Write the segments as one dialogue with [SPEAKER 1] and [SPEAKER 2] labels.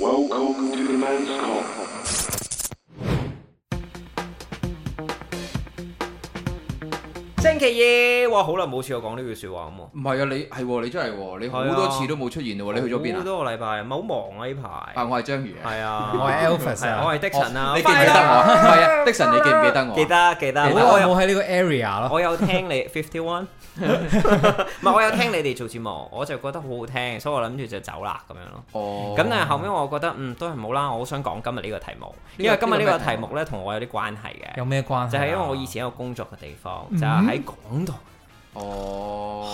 [SPEAKER 1] Welcome to the man's call.
[SPEAKER 2] 星期二，哇，好耐冇試過講呢句説話咁喎。
[SPEAKER 3] 唔係啊，你係喎，你真係喎，你好
[SPEAKER 2] 係啊
[SPEAKER 3] 多次都冇出現喎，你去咗邊
[SPEAKER 2] 好
[SPEAKER 3] 啊？
[SPEAKER 2] 多個禮拜，咪好忙啊呢
[SPEAKER 3] 啊，
[SPEAKER 2] 排。
[SPEAKER 3] 我係章魚啊，
[SPEAKER 2] 係啊，
[SPEAKER 4] 我係 Alphas
[SPEAKER 2] 係啊，我
[SPEAKER 4] 啊，
[SPEAKER 2] 係的神啊。
[SPEAKER 3] 你記唔記得我？唔係啊，的神，你記唔記得我？
[SPEAKER 2] 記。得記得，
[SPEAKER 4] 好
[SPEAKER 2] 我我
[SPEAKER 4] 耐
[SPEAKER 2] 有
[SPEAKER 4] 冇喺呢個 area 咯。
[SPEAKER 2] 我有聽你 Fifty One，唔係我有聽你哋做節目，我就覺得好好聽，所以我諗住就走啦咁樣咯。
[SPEAKER 3] 哦。
[SPEAKER 2] 咁但係後尾我覺得嗯都係冇啦，我好想講今日呢個題目，
[SPEAKER 3] 個
[SPEAKER 2] 因為今日呢個
[SPEAKER 3] 呢個咩
[SPEAKER 2] 題
[SPEAKER 3] 題目
[SPEAKER 2] 目咧同我有啲關係嘅，
[SPEAKER 4] 有咩關係啊？
[SPEAKER 2] 就係因為我以前有個工作嘅地方
[SPEAKER 3] 嗯
[SPEAKER 2] 就係喺港台。
[SPEAKER 3] 哦。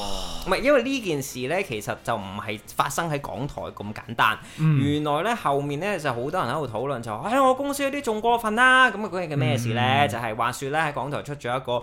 [SPEAKER 2] 唔係，因為呢件事呢，其實就唔係發生喺港台咁簡單。
[SPEAKER 4] Ừ. 嗯
[SPEAKER 2] 原來呢，後面呢，就好多人喺度討論就話，唉、哎我公司嗰啲仲過分啦。咁啊，嗰日嘅咩事呢？就係話説呢，喺港台出咗一個誒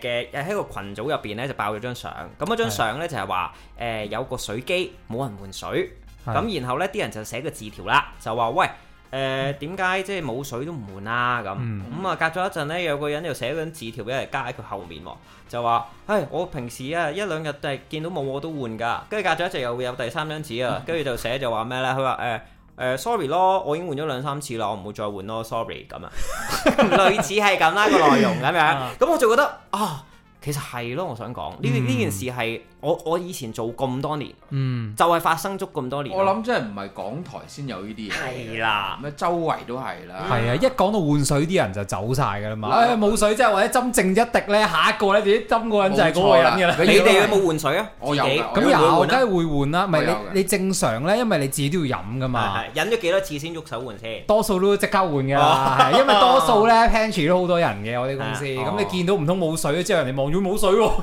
[SPEAKER 2] 嘅喺個群組入邊呢，就爆咗張相。咁嗰張相呢，就係話誒有個水機冇人換水，
[SPEAKER 4] 係
[SPEAKER 2] 咁然後呢，啲人就寫個字條啦，就話喂。誒點解即係冇水都唔換啊？
[SPEAKER 4] Ừ.
[SPEAKER 2] 咁咁啊，隔咗一陣咧，有個人又寫咗張字條俾人加喺佢後面喎，就話：，唉，我平時啊一兩日都係見到冇我都換㗎，跟住隔咗一陣又會有第三張紙啊，
[SPEAKER 3] 嗯
[SPEAKER 2] 跟住就寫就話咩咧？佢話誒。誒、sorry 咯，我已經換咗兩三次啦，我唔會再換咯，sorry 咁啊，類似係咁啦個內容咁樣，咁我就覺得啊，其實係咯，我想講呢
[SPEAKER 3] 嗯
[SPEAKER 2] 呢件事係我我以前做咁多年，
[SPEAKER 3] Ừ.
[SPEAKER 4] 嗯
[SPEAKER 2] 就係發生足咁多年，
[SPEAKER 3] 我諗真係唔係港台先有呢啲嘢。
[SPEAKER 2] 係啦，
[SPEAKER 3] 咁啊，周圍都係啦。
[SPEAKER 4] 係啊，一講到換水啲人就走晒㗎啦嘛。
[SPEAKER 3] 嗱
[SPEAKER 4] 唉，冇水即係或者針正一滴咧，下一個咧自己針嗰個人就係嗰個人㗎啦。
[SPEAKER 3] 冇錯啦
[SPEAKER 2] 你哋有冇換水啊？
[SPEAKER 3] 我有㗎
[SPEAKER 2] 自己
[SPEAKER 3] 我
[SPEAKER 4] 咁
[SPEAKER 2] 會
[SPEAKER 3] 有
[SPEAKER 4] 有
[SPEAKER 2] 換啊
[SPEAKER 4] 梗係會換啦，唔
[SPEAKER 3] 我有
[SPEAKER 4] 係
[SPEAKER 3] 嘅
[SPEAKER 4] 你你正常咧，因為你自己都要飲㗎嘛。
[SPEAKER 2] 係係忍咗幾多次先喐手換 先？
[SPEAKER 4] 多數都即刻換㗎啦，係因為多 數咧 pantry 都好多人嘅，我哋公司。
[SPEAKER 2] 係啊
[SPEAKER 4] 咁你見到唔通冇水之後，人哋望住冇水喎，
[SPEAKER 3] 唔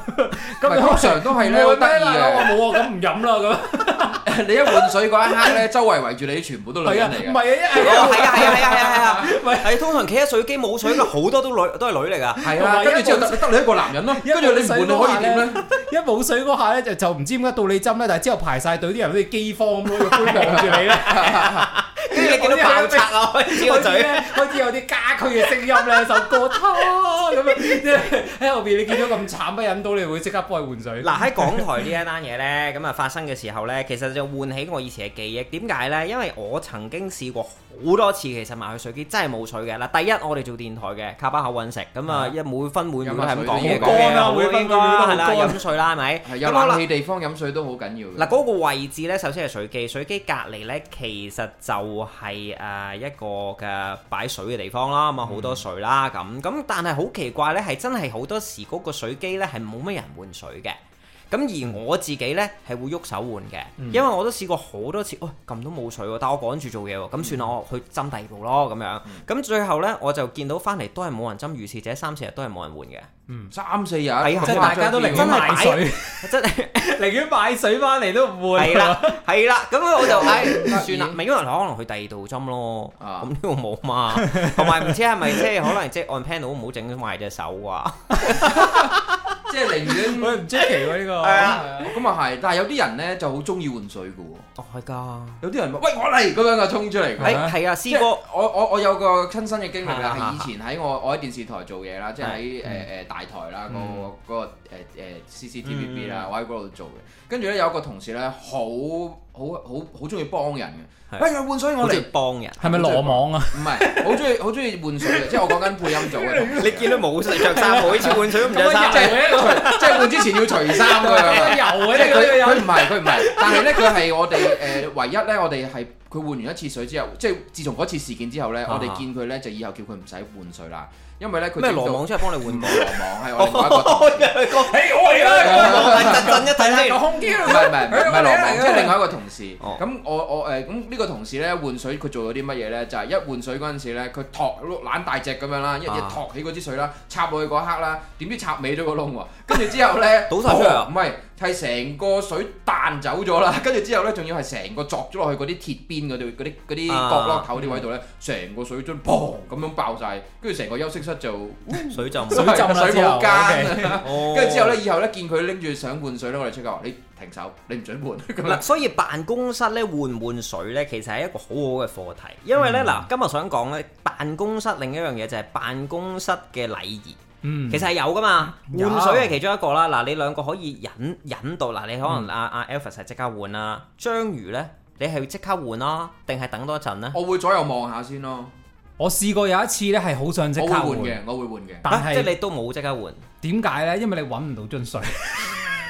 [SPEAKER 3] 係
[SPEAKER 4] 你
[SPEAKER 3] 通常都係咧，
[SPEAKER 4] 唔
[SPEAKER 3] 好
[SPEAKER 4] 換咩
[SPEAKER 3] 得意
[SPEAKER 4] 大佬我
[SPEAKER 3] 嘅。
[SPEAKER 4] 冇啊，咁唔飲啦
[SPEAKER 3] 你一換水嗰一刻咧，周圍圍住你全部都
[SPEAKER 4] 咁。
[SPEAKER 3] 女
[SPEAKER 4] 係啊
[SPEAKER 3] 人，嚟
[SPEAKER 4] 唔
[SPEAKER 3] 嘅。
[SPEAKER 4] 係啊，一
[SPEAKER 2] 哦，係啊，係啊，係啊，係啊，係
[SPEAKER 4] 喂
[SPEAKER 2] 啊，係通常企喺水機冇水嘅好多都女都係女嚟㗎。
[SPEAKER 3] 係啊，跟住之後得得你一個男人咯，跟住你唔換你可以點咧？
[SPEAKER 4] 一冇水嗰下咧，就就唔知點解到你針咧，但係之後排晒隊啲人好似饑荒咁樣，個杯望住你咧，
[SPEAKER 2] 跟住你見到爆拆啊，開始個
[SPEAKER 4] 開始
[SPEAKER 2] 嘴。
[SPEAKER 4] 咧開始有啲家居嘅聲音咧，首歌他咁樣，即係喺後邊你見到咁慘不忍睹，你會即刻幫佢換水。
[SPEAKER 2] 嗱喺港台呢一單嘢呢，咁啊發生嘅時候呢，其實就喚起我以前嘅記憶。點解呢？因為我曾經試過好多次，其實買去水機真係冇水嘅。嗱，第一我哋做電台嘅，靠把口揾食，咁啊一每分每秒都係咁講嘢
[SPEAKER 3] 飲下
[SPEAKER 2] 講
[SPEAKER 3] 水都好乾
[SPEAKER 4] 啊
[SPEAKER 2] 嘢
[SPEAKER 4] 每分每秒都好
[SPEAKER 2] 係啦，
[SPEAKER 4] 乾
[SPEAKER 2] 飲水啦，係咪？
[SPEAKER 3] 係有
[SPEAKER 2] 咁好啦
[SPEAKER 3] 冷氣地方飲水都好緊要嘅。
[SPEAKER 2] 嗱，嗰個位置咧，首先係水機，水機隔離咧，其實就係、誒、一個嘅擺水嘅地方啦，咁啊好多水啦咁，咁但係好奇怪咧，係真係好多時嗰個水機咧係冇乜人換水嘅。咁而我自己呢，係會喐手換嘅，因為我都試過好多次，喂、哦撳都冇水喎，但我趕住做嘢喎，咁算啦，我去斟第二步咯咁樣。咁最後呢，我就見到翻嚟都係冇人斟，如是者三四日都係冇人換嘅。
[SPEAKER 3] 三四日，
[SPEAKER 2] 係啊
[SPEAKER 3] 咁
[SPEAKER 4] 即係大家都寧
[SPEAKER 3] 誇張啲
[SPEAKER 4] 願
[SPEAKER 2] 真係
[SPEAKER 4] 買
[SPEAKER 2] 擺
[SPEAKER 4] 水，
[SPEAKER 2] 真係
[SPEAKER 4] 寧願買水翻嚟都唔換。
[SPEAKER 2] 係啦，係啦，咁我就唉算啦，
[SPEAKER 3] 咦
[SPEAKER 2] 咪因為可能去第二度針咯，
[SPEAKER 3] 啊
[SPEAKER 2] 咁呢度冇嘛，同埋唔知係咪即係可能即係按 panel 唔好整壞隻手啩，
[SPEAKER 3] 即係寧願
[SPEAKER 4] 喂，唔出奇喎呢
[SPEAKER 2] 係
[SPEAKER 4] 個。
[SPEAKER 2] 啊
[SPEAKER 3] 咁啊係，但係有啲人咧就好中意換水嘅喎，
[SPEAKER 2] 哦係㗎，
[SPEAKER 3] 有啲人話喂我嚟咁樣就衝出嚟㗎。
[SPEAKER 2] 誒係啊，
[SPEAKER 3] 即
[SPEAKER 2] 師
[SPEAKER 3] 係
[SPEAKER 2] 哥
[SPEAKER 3] 我我我有個親身嘅經歷啦，
[SPEAKER 2] 啊啊嗯啊
[SPEAKER 3] 係以前喺我我喺電視台做嘢啦，即係喺誒誒大台啦，
[SPEAKER 2] 嗯
[SPEAKER 3] 嗰個嗰個誒誒 CCTVB 啦，我喺嗰度做嘅。跟住咧有一個同事咧，好好好好中意幫人
[SPEAKER 2] 係
[SPEAKER 3] 嘅，喂換水
[SPEAKER 2] 好
[SPEAKER 3] 我
[SPEAKER 2] 中
[SPEAKER 3] 嚟
[SPEAKER 2] 意，幫人，
[SPEAKER 4] 係咪羅網啊？
[SPEAKER 3] 唔係好中意好中意換水嘅，即係我講緊配音組嘅同事。啊
[SPEAKER 2] 你見到冇着衫，好似換水都唔着
[SPEAKER 4] Dạ,
[SPEAKER 3] 即係
[SPEAKER 2] 衫，
[SPEAKER 3] 即係換之前要除衫㗎 咁樣。
[SPEAKER 4] 有
[SPEAKER 3] 即係佢佢唔係佢唔係，但係咧佢係我哋誒、唯一咧，我哋係佢換完一次水之後，即係自從嗰次事件之後咧，
[SPEAKER 2] 啊
[SPEAKER 3] 我哋見佢咧就以後叫佢唔使換水啦，因為咧佢
[SPEAKER 2] 咩
[SPEAKER 3] 整到
[SPEAKER 2] 羅網出嚟幫你換
[SPEAKER 3] 換
[SPEAKER 2] 過
[SPEAKER 3] 過，羅 網係我另外一個同事，
[SPEAKER 4] 我嚟啦
[SPEAKER 2] 陣陣一睇
[SPEAKER 4] 係
[SPEAKER 2] 先
[SPEAKER 4] 有，空機
[SPEAKER 3] 唔啊 係唔啊係唔係唔係羅網，即係另外一個同事。
[SPEAKER 2] 哦
[SPEAKER 3] 咁我我誒咁呢個同事咧換水佢做咗啲乜嘢咧？就係一換水嗰陣時咧，佢托懶大隻咁樣啦，一嘢
[SPEAKER 2] 啊
[SPEAKER 3] 托起嗰支水啦，插落去嗰刻啦，點知插尾咗個窿喎，跟住之後 咧
[SPEAKER 2] 倒晒出嚟啊
[SPEAKER 3] 哦唔係係成個水彈走咗啦， 跟住之後咧仲要係成個鑿咗落去嗰啲鐵邊嗰度嗰啲嗰啲
[SPEAKER 2] 啊
[SPEAKER 3] 角落頭啲位度咧，成個水樽砰咁樣爆晒，跟住成個休息室 就
[SPEAKER 2] 水浸，
[SPEAKER 4] 水浸啦
[SPEAKER 3] 水
[SPEAKER 4] 之後
[SPEAKER 3] 冇間啊。
[SPEAKER 2] 哦
[SPEAKER 3] 跟住之後咧，以後咧見佢拎住想換水咧，我哋出街話：你睇停手，你唔准換咁
[SPEAKER 2] 嗱，
[SPEAKER 3] 樣。
[SPEAKER 2] 所以辦公室咧換唔換水咧，其實係一個好好嘅課題，因為咧嗱，今日想講咧辦公室另一樣嘢就係辦公室嘅禮儀。
[SPEAKER 4] 嗯
[SPEAKER 2] 其實係有噶嘛，
[SPEAKER 4] 有
[SPEAKER 2] 換水係其中一個啦。嗱，你兩個可以忍忍到嗱，你可能阿阿 Alvis 係即刻換啦，章魚咧你係要即刻換啦，定係等多陣咧？
[SPEAKER 3] 我會左右望下先咯，
[SPEAKER 4] 我試過有一次咧係好想即
[SPEAKER 3] 我
[SPEAKER 4] 刻
[SPEAKER 3] 會換
[SPEAKER 4] 換
[SPEAKER 3] 嘅，，我會換嘅。
[SPEAKER 4] 但
[SPEAKER 2] 啊即係
[SPEAKER 4] 係
[SPEAKER 2] 你都冇即刻換
[SPEAKER 4] 點解咧？因為你揾唔到樽水，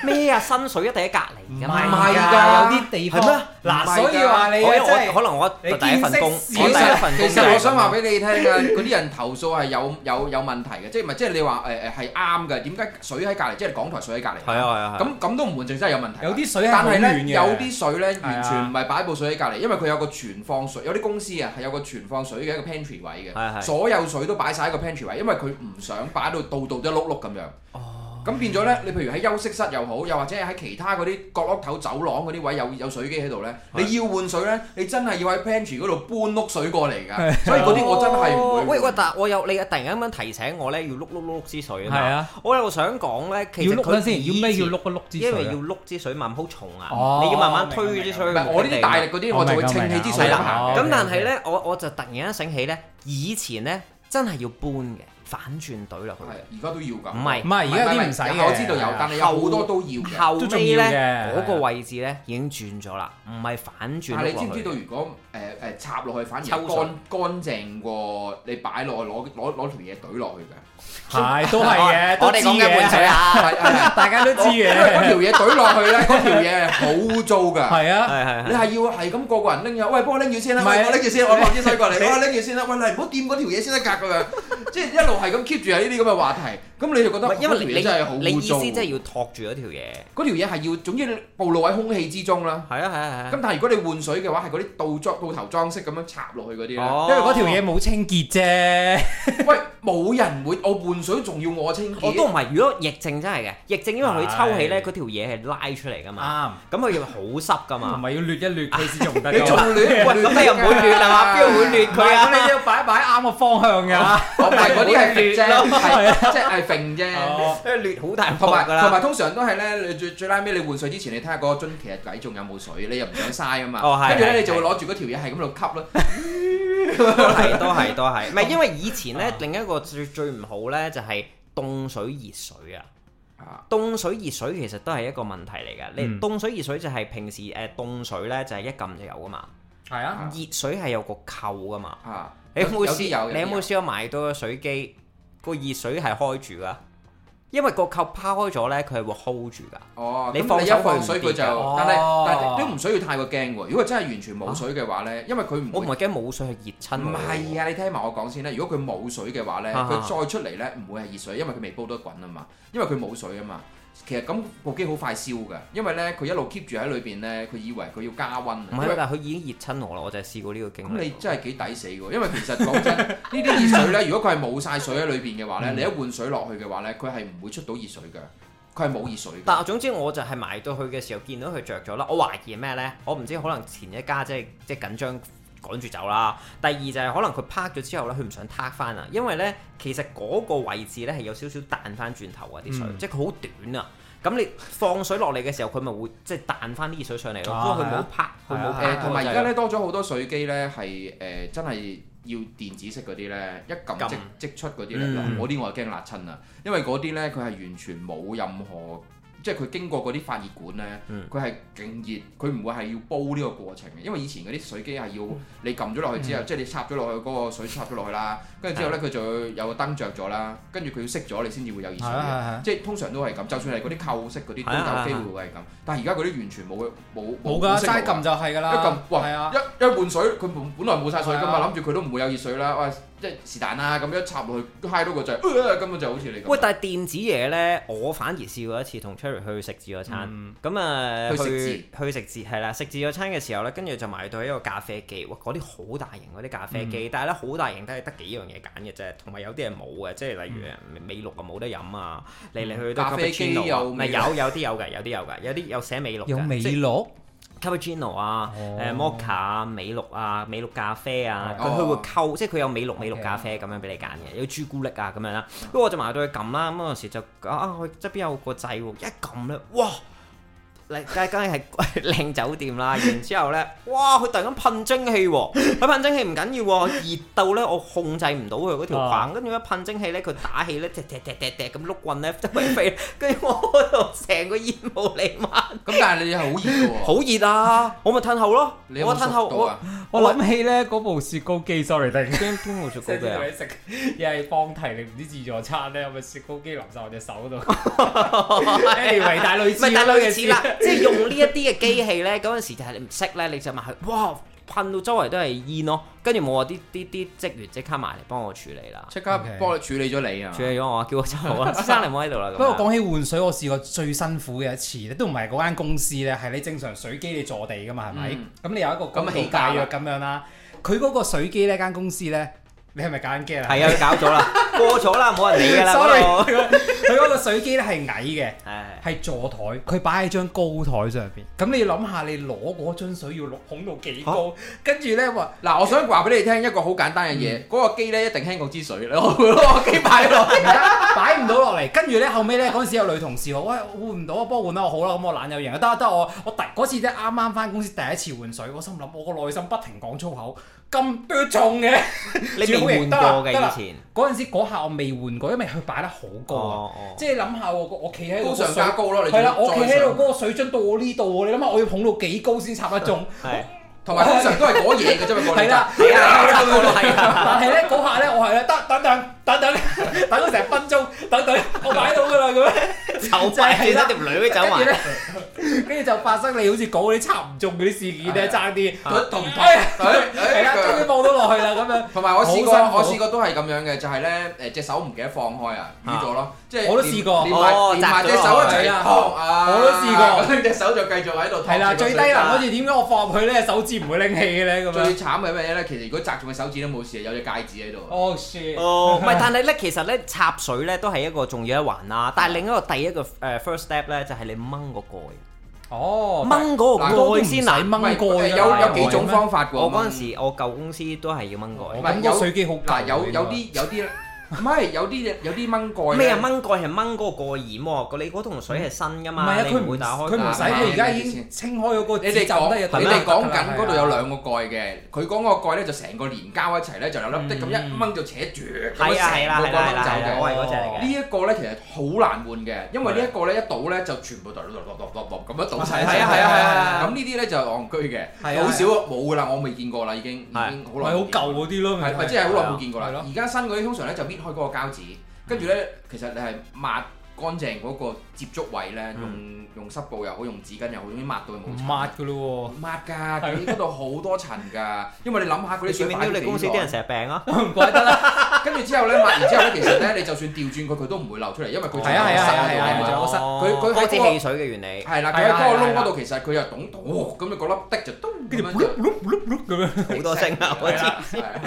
[SPEAKER 2] 咩啊？新水一定喺隔離㗎嘛。
[SPEAKER 3] 唔係㗎
[SPEAKER 4] 㗎有啲地方
[SPEAKER 2] 係咩
[SPEAKER 3] 唔
[SPEAKER 4] 嗱，
[SPEAKER 3] 係㗎
[SPEAKER 4] 所以話你
[SPEAKER 2] 我
[SPEAKER 4] 啊真
[SPEAKER 2] 我
[SPEAKER 4] 係
[SPEAKER 2] 可能我第
[SPEAKER 4] 你
[SPEAKER 2] 一份工，我第
[SPEAKER 4] 見識
[SPEAKER 2] 一
[SPEAKER 4] 少
[SPEAKER 2] 份工
[SPEAKER 3] 其
[SPEAKER 2] 就
[SPEAKER 3] 實
[SPEAKER 2] 係
[SPEAKER 3] 我想
[SPEAKER 2] 咁啊
[SPEAKER 3] 話俾你聽啊，嗰啲人投訴係有有有問題嘅，即係唔係即係你話誒誒係啱嘅？點解水喺隔離，即係港台水喺隔離？
[SPEAKER 2] 係啊係啊係啊。
[SPEAKER 3] 咁咁都唔換就真係有問題啦。
[SPEAKER 4] 有啲水係
[SPEAKER 3] 但
[SPEAKER 4] 好
[SPEAKER 3] 係
[SPEAKER 4] 暖
[SPEAKER 3] 咧，
[SPEAKER 4] 嘅，
[SPEAKER 3] 有啲水咧
[SPEAKER 4] 係啊
[SPEAKER 3] 完全唔係擺部水喺隔離，因為佢有個存放水，有啲公司啊係有個存放水嘅一個 pantry 位
[SPEAKER 2] 係係
[SPEAKER 3] 嘅，所有水都擺晒喺個 pantry 位，因為佢唔想擺到度度都一碌碌咁樣。咁變咗咧，你譬如喺休息室又好，又或者喺其他嗰啲角落頭走廊嗰啲位有有水機喺度咧，
[SPEAKER 2] 係
[SPEAKER 3] 你要換水咧，你真係要喺 pantry 嗰度搬碌水過嚟㗎。所以嗰啲我真係唔會
[SPEAKER 2] 哦喂喂
[SPEAKER 3] 換，。
[SPEAKER 2] 但我有你突然間咁樣提醒我咧，要碌碌碌碌支水啊嘛
[SPEAKER 4] 係啊，
[SPEAKER 2] 我又想講咧，其
[SPEAKER 4] 要
[SPEAKER 2] 實
[SPEAKER 4] 碌
[SPEAKER 2] 佢
[SPEAKER 4] 緊先，要咩
[SPEAKER 2] 以前
[SPEAKER 4] 要碌一碌支水
[SPEAKER 2] 因為
[SPEAKER 4] 啊
[SPEAKER 2] 要碌支水慢慢好重啊，
[SPEAKER 4] 哦
[SPEAKER 2] 你要慢慢推支水去目
[SPEAKER 3] 唔
[SPEAKER 2] 的
[SPEAKER 3] 係
[SPEAKER 2] 地。
[SPEAKER 3] 我呢啲大力嗰啲，我就會稱起啲水啊
[SPEAKER 2] 係啦
[SPEAKER 3] 咁行
[SPEAKER 4] 哦
[SPEAKER 3] 嘅。
[SPEAKER 2] 咁
[SPEAKER 4] 明白
[SPEAKER 2] 但係咧，我我就突然間醒起咧，以前咧真係要搬嘅，反轉隊落
[SPEAKER 3] 係
[SPEAKER 2] 去。
[SPEAKER 3] 而家都要㗎。
[SPEAKER 2] 唔係
[SPEAKER 4] 唔係而家有啲唔使嘅
[SPEAKER 3] 我知道有，但係有好多都要嘅。
[SPEAKER 2] 後
[SPEAKER 4] 都仲
[SPEAKER 2] 尾
[SPEAKER 4] 要
[SPEAKER 2] 咧
[SPEAKER 4] 嘅
[SPEAKER 2] 嗰個位置咧已經轉咗啦，唔係反轉
[SPEAKER 3] 但係你知
[SPEAKER 2] 碌
[SPEAKER 3] 唔
[SPEAKER 2] 落
[SPEAKER 3] 知道，
[SPEAKER 2] 去。啊
[SPEAKER 3] 如果誒誒、插落去，反而
[SPEAKER 2] 抽水
[SPEAKER 3] 乾乾淨過你擺落去攞攞攞條嘢懟落去㗎。
[SPEAKER 4] 係都係 嘅，
[SPEAKER 2] 我
[SPEAKER 4] 都
[SPEAKER 2] 哋
[SPEAKER 4] 知
[SPEAKER 2] 講緊
[SPEAKER 4] 嘅
[SPEAKER 2] 換水，啊，
[SPEAKER 3] 係係
[SPEAKER 4] 大家都 知
[SPEAKER 3] 因為
[SPEAKER 4] 嘅，
[SPEAKER 3] 嗰條嘢懟 落去咧，嗰條嘢係好污糟㗎。
[SPEAKER 4] 係啊，
[SPEAKER 2] 係係
[SPEAKER 3] 你係
[SPEAKER 2] 係。
[SPEAKER 3] 要係咁個個人拎咗，喂，幫我拎住先啦，
[SPEAKER 4] 唔係
[SPEAKER 3] 喂，我拎住先，我攞支水過嚟，
[SPEAKER 4] 你
[SPEAKER 3] 我拎住先啦，喂，你唔好掂嗰條嘢先得㗎咁樣，即係一路係咁 keep 住係呢啲咁嘅話題，咁你就覺
[SPEAKER 2] 唔
[SPEAKER 3] 得
[SPEAKER 2] 係因為
[SPEAKER 3] 嗰
[SPEAKER 2] 你
[SPEAKER 3] 條嘢真係好
[SPEAKER 2] 你你
[SPEAKER 3] 污
[SPEAKER 2] 意
[SPEAKER 3] 糟
[SPEAKER 2] 思，即係要托住嗰條嘢。
[SPEAKER 3] 嗰條嘢係要，總之暴露喺空氣之中啦。
[SPEAKER 2] 係啊係啊係
[SPEAKER 3] 咁但係如果你換水嘅話，係嗰啲倒裝倒頭裝飾咁樣插落去嗰啲咧。
[SPEAKER 2] 啊。
[SPEAKER 4] 因為嗰條嘢冇清潔啫。
[SPEAKER 3] 喂，冇人會，我換水仲要我清
[SPEAKER 2] 我都
[SPEAKER 3] 潔。
[SPEAKER 2] 唔係，如果疫症真係嘅，疫症因為佢抽起咧，
[SPEAKER 4] 係
[SPEAKER 2] 嗰條嘢係拉出嚟噶嘛，
[SPEAKER 4] 啱，
[SPEAKER 2] 咁佢要好濕噶
[SPEAKER 4] 同
[SPEAKER 2] 嘛。
[SPEAKER 4] 埋要掠一掠佢先用 得
[SPEAKER 3] 你
[SPEAKER 4] 㗎
[SPEAKER 3] 仲
[SPEAKER 4] 嘛。
[SPEAKER 3] 亂，喂
[SPEAKER 2] 咁你又唔會亂係嘛？邊個會亂
[SPEAKER 4] 唔
[SPEAKER 2] 佢
[SPEAKER 4] 係
[SPEAKER 2] 啊？
[SPEAKER 4] 咁你都要擺擺啱個方向㗎。
[SPEAKER 3] 哦我唔係嗰啲係揈啫，係即係揈啫。
[SPEAKER 4] 哦，
[SPEAKER 2] 佢劣好大
[SPEAKER 3] 同
[SPEAKER 2] 鑊
[SPEAKER 3] 埋
[SPEAKER 2] 啊㗎
[SPEAKER 3] 同
[SPEAKER 2] 啦。
[SPEAKER 3] 埋，通常都係咧，你最最拉尾你換水之前，你睇下嗰個樽其實底仲有冇水，你又唔想嘥啊嘛。
[SPEAKER 2] 哦係
[SPEAKER 3] 跟住咧，
[SPEAKER 2] 係
[SPEAKER 3] 你就會攞住嗰條嘢係咁度吸啦。
[SPEAKER 2] 都 係都係都係，唔係因為以前咧
[SPEAKER 4] 啊，
[SPEAKER 2] 另一個最最唔好咧就係凍水熱水啊。
[SPEAKER 3] 啊
[SPEAKER 2] 凍水熱水其實都係一個問題嚟㗎。你
[SPEAKER 4] 嗯
[SPEAKER 2] 凍水熱水就係平時誒凍水咧就係一撳就有㗎嘛，
[SPEAKER 4] 係啊，
[SPEAKER 2] 熱水係有個扣㗎嘛。
[SPEAKER 3] 啊！
[SPEAKER 2] 你有冇
[SPEAKER 3] 有
[SPEAKER 2] 試
[SPEAKER 3] 啲有，
[SPEAKER 2] 你有冇
[SPEAKER 3] 啲
[SPEAKER 2] 試過買到個水機個熱水係開住㗎？因為個扣拋開咗咧，佢係會 hold 住㗎。
[SPEAKER 3] 哦，
[SPEAKER 2] 你
[SPEAKER 3] 咁
[SPEAKER 2] 放
[SPEAKER 3] 一
[SPEAKER 2] 手佢
[SPEAKER 3] 放
[SPEAKER 2] 唔
[SPEAKER 3] 水
[SPEAKER 2] 跌
[SPEAKER 3] 佢就，
[SPEAKER 4] 㗎
[SPEAKER 3] 但係
[SPEAKER 4] 哦
[SPEAKER 3] 但係都唔需要太過驚喎。如果真係完全
[SPEAKER 2] 啊
[SPEAKER 3] 冇水嘅話咧，因為佢唔
[SPEAKER 2] 我
[SPEAKER 3] 會
[SPEAKER 2] 唔係驚冇水係熱親
[SPEAKER 3] 唔
[SPEAKER 2] 我喎。
[SPEAKER 3] 係啊，你聽埋我講先啦。如果佢冇水嘅話咧，
[SPEAKER 2] 啊
[SPEAKER 3] 佢再出嚟咧唔會係熱水，因為佢未煲得滾啊嘛，因為佢冇水啊嘛。其實咁部機好快燒㗎，因為咧佢一路 keep 住喺裏邊咧，佢以為佢要加温啊。
[SPEAKER 2] 唔
[SPEAKER 3] 因
[SPEAKER 2] 係，
[SPEAKER 3] 為
[SPEAKER 2] 但係佢已經熱親我啦，我就係試過呢個經
[SPEAKER 3] 咁你
[SPEAKER 2] 歷。
[SPEAKER 3] 真係幾抵死喎，因為其實講真，呢啲熱水咧，如果佢係冇晒水喺裏邊嘅話咧，
[SPEAKER 2] 嗯
[SPEAKER 3] 你一換水落去嘅話咧，佢係唔會出到熱水㗎，佢係冇熱水㗎。
[SPEAKER 2] 但總之我就係埋到去嘅時候見到佢着咗啦，我懷疑咩呢？我唔知可能前一家即係即係緊張趕住走啦。第二就係可能佢拍咗之後呢，佢唔想撻翻啊，因為呢，其實嗰個位置呢係有少少彈翻轉頭啊啲水，
[SPEAKER 4] 嗯
[SPEAKER 2] 即係佢好短啊。咁你放水落嚟嘅時候，佢咪會即係彈翻啲熱水上嚟咯，因
[SPEAKER 4] 啊
[SPEAKER 2] 為佢冇拍，佢冇
[SPEAKER 4] 係啊
[SPEAKER 2] 拍
[SPEAKER 3] 誒同埋而家
[SPEAKER 2] 咧
[SPEAKER 3] 咧多咗好多水機咧，係誒真係要電子式嗰啲咧，一撳即
[SPEAKER 2] 撳
[SPEAKER 3] 即出嗰啲咧，
[SPEAKER 2] 嗯
[SPEAKER 3] 嗱嗰啲我係驚辣親啊，因為嗰啲咧佢係完全冇任何，即係佢經過嗰啲發熱管咧
[SPEAKER 2] 嗯，
[SPEAKER 3] 佢係勁熱，佢唔會係要煲呢個過程嘅，因為以前嗰啲水機係要你撳咗落去之後，即係你插咗落去嗰個水插咗落去啦，跟住之後咧佢就會有個燈着咗啦，跟住佢要熄咗你先至會有熱水
[SPEAKER 4] 係啊
[SPEAKER 3] 嘅。
[SPEAKER 4] 係啊。
[SPEAKER 3] 即係通常都係咁，就算係嗰啲扣式嗰啲
[SPEAKER 2] 係啊
[SPEAKER 3] 都有機會會係咁，但係而家嗰啲完全冇冇
[SPEAKER 4] 冇㗎，
[SPEAKER 3] 熄
[SPEAKER 4] 齋
[SPEAKER 3] 過啊
[SPEAKER 4] 撳就係㗎啦。
[SPEAKER 3] 一撳哇
[SPEAKER 4] 係啊，
[SPEAKER 3] 一一換水，佢本本來冇晒水噶
[SPEAKER 4] 係
[SPEAKER 3] 嘛，
[SPEAKER 4] 啊
[SPEAKER 3] 諗住佢都唔會有熱水啦。喂，即係是但啦，咁一插落去都嗨到個掣，呃根本就好似你咁。
[SPEAKER 2] 喂，但係電子嘢呢，我反而試過一次同 Cherry 去食自助餐。
[SPEAKER 4] 嗯
[SPEAKER 2] 咁啊，
[SPEAKER 3] 去
[SPEAKER 2] 去
[SPEAKER 3] 食
[SPEAKER 2] 去食自係啦，食自助餐嘅時候咧，跟住就埋到一個咖啡機，哇！嗰啲好大型嗰啲咖啡
[SPEAKER 3] 嗯
[SPEAKER 2] 機，但係咧好大型都係得幾樣嘢揀嘅啫，同埋有啲係冇嘅，即係例如美美祿啊冇得飲啊，嚟嚟去去都
[SPEAKER 3] 嗯咖啡機
[SPEAKER 2] cappuccino 啊
[SPEAKER 3] 有
[SPEAKER 2] 唔係
[SPEAKER 3] 美
[SPEAKER 2] 有有啲有嘅，有啲有嘅，有啲有寫美祿
[SPEAKER 4] 有啊
[SPEAKER 2] 嘅，
[SPEAKER 4] 美
[SPEAKER 2] 即係
[SPEAKER 4] 樂，
[SPEAKER 2] cappuccino 啊，
[SPEAKER 4] 哦
[SPEAKER 2] 誒 mocha 啊，美祿啊，美祿咖啡啊，佢
[SPEAKER 3] 哦
[SPEAKER 2] 佢會溝，即係佢有美祿美祿
[SPEAKER 4] OK
[SPEAKER 2] 咖啡咁樣俾你揀嘅，有朱古力啊咁樣啦。跟住啊我就埋到去撳啦，咁嗰陣時就啊，我側邊有個掣喎，一撳咧，哇！你梗梗係 靚酒店啦，然之後咧，哇！佢突然間噴蒸氣喎，佢噴蒸氣唔緊要喎，熱到咧我控制唔到佢嗰條
[SPEAKER 4] 啊
[SPEAKER 2] 棒，跟住一噴蒸氣咧，佢打氣咧，滴滴滴滴滴咁碌棍咧，周圍飛，跟住我嗰度成個煙霧瀰漫，
[SPEAKER 3] 咁但係你係好熱嘅喎，
[SPEAKER 2] 好熱 啊！我咪褪後咯，
[SPEAKER 3] 你有
[SPEAKER 2] 我
[SPEAKER 3] 冇
[SPEAKER 2] 褪
[SPEAKER 3] 熟
[SPEAKER 2] 後
[SPEAKER 3] 到
[SPEAKER 2] 我
[SPEAKER 3] 啊？
[SPEAKER 4] 我諗起咧嗰部雪糕機，sorry，突然間
[SPEAKER 2] 邊邊冇雪糕 嘅啊？
[SPEAKER 4] 食又係放題，你唔知自助餐咧，我咪雪糕機淋晒我隻手度。anyway，但係類
[SPEAKER 2] 唔
[SPEAKER 4] 似
[SPEAKER 2] 係，但係
[SPEAKER 4] 啦
[SPEAKER 2] 類似啦， 即係用呢一啲嘅機器咧，嗰陣時就係你唔識咧，你就問佢，哇，噴到周圍都係煙咯，跟住冇啊話啲啲啲職員即刻埋嚟幫我處理啦，
[SPEAKER 3] 即刻
[SPEAKER 4] OK
[SPEAKER 3] 幫你處理咗你啊！
[SPEAKER 2] 處理咗我，叫我走啦， 先生你唔好喺度啦。
[SPEAKER 4] 不
[SPEAKER 2] 不
[SPEAKER 4] 過講起換水，我試過最辛苦嘅一次咧，都唔係嗰間公司咧，係你正常水機你坐地噶嘛，係咪？咁
[SPEAKER 3] 嗯、
[SPEAKER 4] 你有一個公道
[SPEAKER 3] 咁起價
[SPEAKER 4] 大約
[SPEAKER 3] 啦
[SPEAKER 4] 咁樣啦。佢嗰個水機呢間公司咧，你係咪搞緊機啊？
[SPEAKER 2] 係啊，搞咗啦， 過咗啦，冇人理㗎啦
[SPEAKER 4] Sorry，
[SPEAKER 2] 嗰度。
[SPEAKER 4] 佢嗰個水機咧係矮嘅，
[SPEAKER 2] 唉
[SPEAKER 4] 係座台，佢擺喺張高台上邊。咁你要諗下，你攞嗰樽水要捧到幾高？跟住咧話
[SPEAKER 3] 嗱，我想話俾你聽一個好簡單嘅嘢，嗰個機咧一定輕過支水， 我會攞個機擺落去。
[SPEAKER 4] 擺唔到落嚟，跟住咧後尾咧嗰陣時有女同事話：喂，換唔到啊，幫我換啦，我好啦，咁我懶有型啊，得啊得啊，我我第嗰次咧啱啱翻公司第一次換水，我心諗我個內心不停講粗口，咁都中嘅。
[SPEAKER 2] 你未換過嘅
[SPEAKER 4] 得啦啊
[SPEAKER 2] 以前，
[SPEAKER 4] 嗰陣時嗰下我未換過，因為佢擺得好高啊，
[SPEAKER 2] 哦哦
[SPEAKER 4] 即係諗下我個我企喺
[SPEAKER 3] 高
[SPEAKER 4] 度個
[SPEAKER 3] 上
[SPEAKER 4] 水
[SPEAKER 3] 加高咯，你
[SPEAKER 4] 係啦，
[SPEAKER 3] 仲
[SPEAKER 4] 我
[SPEAKER 3] 再
[SPEAKER 4] 企喺
[SPEAKER 3] 上
[SPEAKER 4] 度嗰個水樽到我呢度喎，你諗下我要捧到幾高先插得中？
[SPEAKER 2] 係
[SPEAKER 3] 同埋通常都係嗰嘢嘅啫嘛，
[SPEAKER 4] 係啦，
[SPEAKER 3] 係
[SPEAKER 2] 係啊，
[SPEAKER 4] 但係咧嗰下咧，我係咧得等等等等等咗成分鐘，等等我擺到㗎啦咁樣，
[SPEAKER 2] 走埋轉咗條女走
[SPEAKER 4] 跟住
[SPEAKER 2] 埋，
[SPEAKER 4] 咧，跟住就發生你好似講嗰啲插唔中嗰啲事件咧，
[SPEAKER 3] 係
[SPEAKER 4] 爭啲
[SPEAKER 3] 佢同
[SPEAKER 4] 哎呀係啦，終於
[SPEAKER 3] 佢
[SPEAKER 4] 望到落去啦咁樣。
[SPEAKER 3] 同埋我試過，
[SPEAKER 4] 好辛苦
[SPEAKER 3] 我試過都係咁樣嘅，就係咧誒隻手唔記得放開啊，淤咗咯，即係
[SPEAKER 4] 我都試過
[SPEAKER 3] 連連埋
[SPEAKER 2] 哦
[SPEAKER 3] 連埋
[SPEAKER 2] 擲咗
[SPEAKER 3] 隻手一
[SPEAKER 4] 落去
[SPEAKER 3] 齊
[SPEAKER 4] 啊
[SPEAKER 3] 劏啊，
[SPEAKER 4] 我都試過
[SPEAKER 3] 咁隻手就繼續喺度劏住個
[SPEAKER 4] 係啦，
[SPEAKER 3] 水
[SPEAKER 4] 最低
[SPEAKER 3] 樽
[SPEAKER 4] 能嗰次點解我放入去咧手指唔會拎氣嘅咧咁
[SPEAKER 3] 最
[SPEAKER 4] 樣？
[SPEAKER 3] 慘嘅係咩咧？其實如果擲中個手指都冇事，有隻戒指喺度。
[SPEAKER 4] 哦 shit！
[SPEAKER 2] 哦，唔係，但係咧，其實咧插水咧都係一個重要一環啦。但係另一個第一個誒 first step 咧，就係你掹個蓋。
[SPEAKER 4] 哦，
[SPEAKER 2] 掹嗰個蓋先難。
[SPEAKER 3] 唔係
[SPEAKER 4] 掹過
[SPEAKER 3] 誒
[SPEAKER 4] 嘅
[SPEAKER 3] 有有幾種方法喎。
[SPEAKER 2] 我嗰陣時，我舊公司都係要掹
[SPEAKER 4] 我
[SPEAKER 2] 蓋。
[SPEAKER 4] 咁個水機好
[SPEAKER 3] 嗱
[SPEAKER 4] 舊
[SPEAKER 3] 有有啲有啲唔係有啲有啲掹蓋
[SPEAKER 2] 咩
[SPEAKER 3] 咧
[SPEAKER 2] 啊？掹蓋係掹嗰個蓋掩喎，你嗰桶水係新噶
[SPEAKER 4] 唔係
[SPEAKER 2] 嘛，
[SPEAKER 4] 啊，
[SPEAKER 2] 你
[SPEAKER 4] 佢唔
[SPEAKER 2] 會打開
[SPEAKER 4] 佢唔使，
[SPEAKER 3] 㗎
[SPEAKER 4] 佢而家已經清開咗個
[SPEAKER 3] 你哋
[SPEAKER 4] 節奏
[SPEAKER 3] 講
[SPEAKER 4] 得嘢，
[SPEAKER 3] 你哋講緊嗰度有
[SPEAKER 4] 兩。
[SPEAKER 3] 兩個蓋嘅，佢講嗰個蓋咧就成個連膠一齊咧就有粒的咁一掹就扯住，咁
[SPEAKER 2] 係啊係
[SPEAKER 3] 樣
[SPEAKER 2] 啦
[SPEAKER 3] 成
[SPEAKER 2] 係
[SPEAKER 3] 個
[SPEAKER 2] 啦係啦係啦，
[SPEAKER 3] 蓋掹哦走
[SPEAKER 2] 我係
[SPEAKER 3] 嘅。
[SPEAKER 2] 嗰只嚟
[SPEAKER 3] 呢
[SPEAKER 2] 嘅。
[SPEAKER 3] 一個咧其實好難換嘅，因為呢一個咧一倒咧就全部就咁樣倒晒。咁呢啲咧就戇居嘅，好少冇噶啦，我未見過啦，已經已經好
[SPEAKER 4] 咪
[SPEAKER 3] 耐。
[SPEAKER 4] 好舊嗰啲咯，
[SPEAKER 3] 係咪即係好耐冇見過
[SPEAKER 4] 係
[SPEAKER 3] 啦
[SPEAKER 4] 咯？
[SPEAKER 3] 而家新嗰啲通常咧就搣開嗰個膠紙，跟住咧其實你係抹乾淨嗰個接觸位咧，用用濕布又好，用紙巾又好，總之抹到佢
[SPEAKER 4] 唔
[SPEAKER 3] 冇塵。
[SPEAKER 4] 抹噶咯
[SPEAKER 3] 抹㗎，佢嗰度好多塵㗎，因為你諗下佢
[SPEAKER 2] 你
[SPEAKER 3] 啲水
[SPEAKER 2] 算唔
[SPEAKER 3] 擺
[SPEAKER 2] 算
[SPEAKER 3] 咗
[SPEAKER 2] 你公司
[SPEAKER 3] 幾
[SPEAKER 2] 啲人
[SPEAKER 3] 耐，
[SPEAKER 2] 成日病啊？
[SPEAKER 4] 喎，唔怪得啦。
[SPEAKER 3] 跟住之後咧抹完之後咧，其實咧你就算調轉佢，佢都唔會流出嚟，因為佢仲
[SPEAKER 4] 係啊係啊係啊
[SPEAKER 3] 喺
[SPEAKER 4] 係
[SPEAKER 3] 度㗎
[SPEAKER 4] 啊
[SPEAKER 3] 嘛
[SPEAKER 4] 係啊我塞
[SPEAKER 2] 佢
[SPEAKER 3] 佢佢喺
[SPEAKER 2] 嗰支
[SPEAKER 3] 嗰個
[SPEAKER 2] 汽水嘅原理。
[SPEAKER 3] 係啦，佢
[SPEAKER 4] 係
[SPEAKER 3] 喺嗰個
[SPEAKER 4] 啊係啊
[SPEAKER 3] 窿嗰度，其實佢又懂到，哦咁就嗰粒滴就咚咁
[SPEAKER 4] 跟住
[SPEAKER 3] 樣就
[SPEAKER 4] 咁樣，
[SPEAKER 2] 好多聲啊！我知，
[SPEAKER 3] 係啦係啦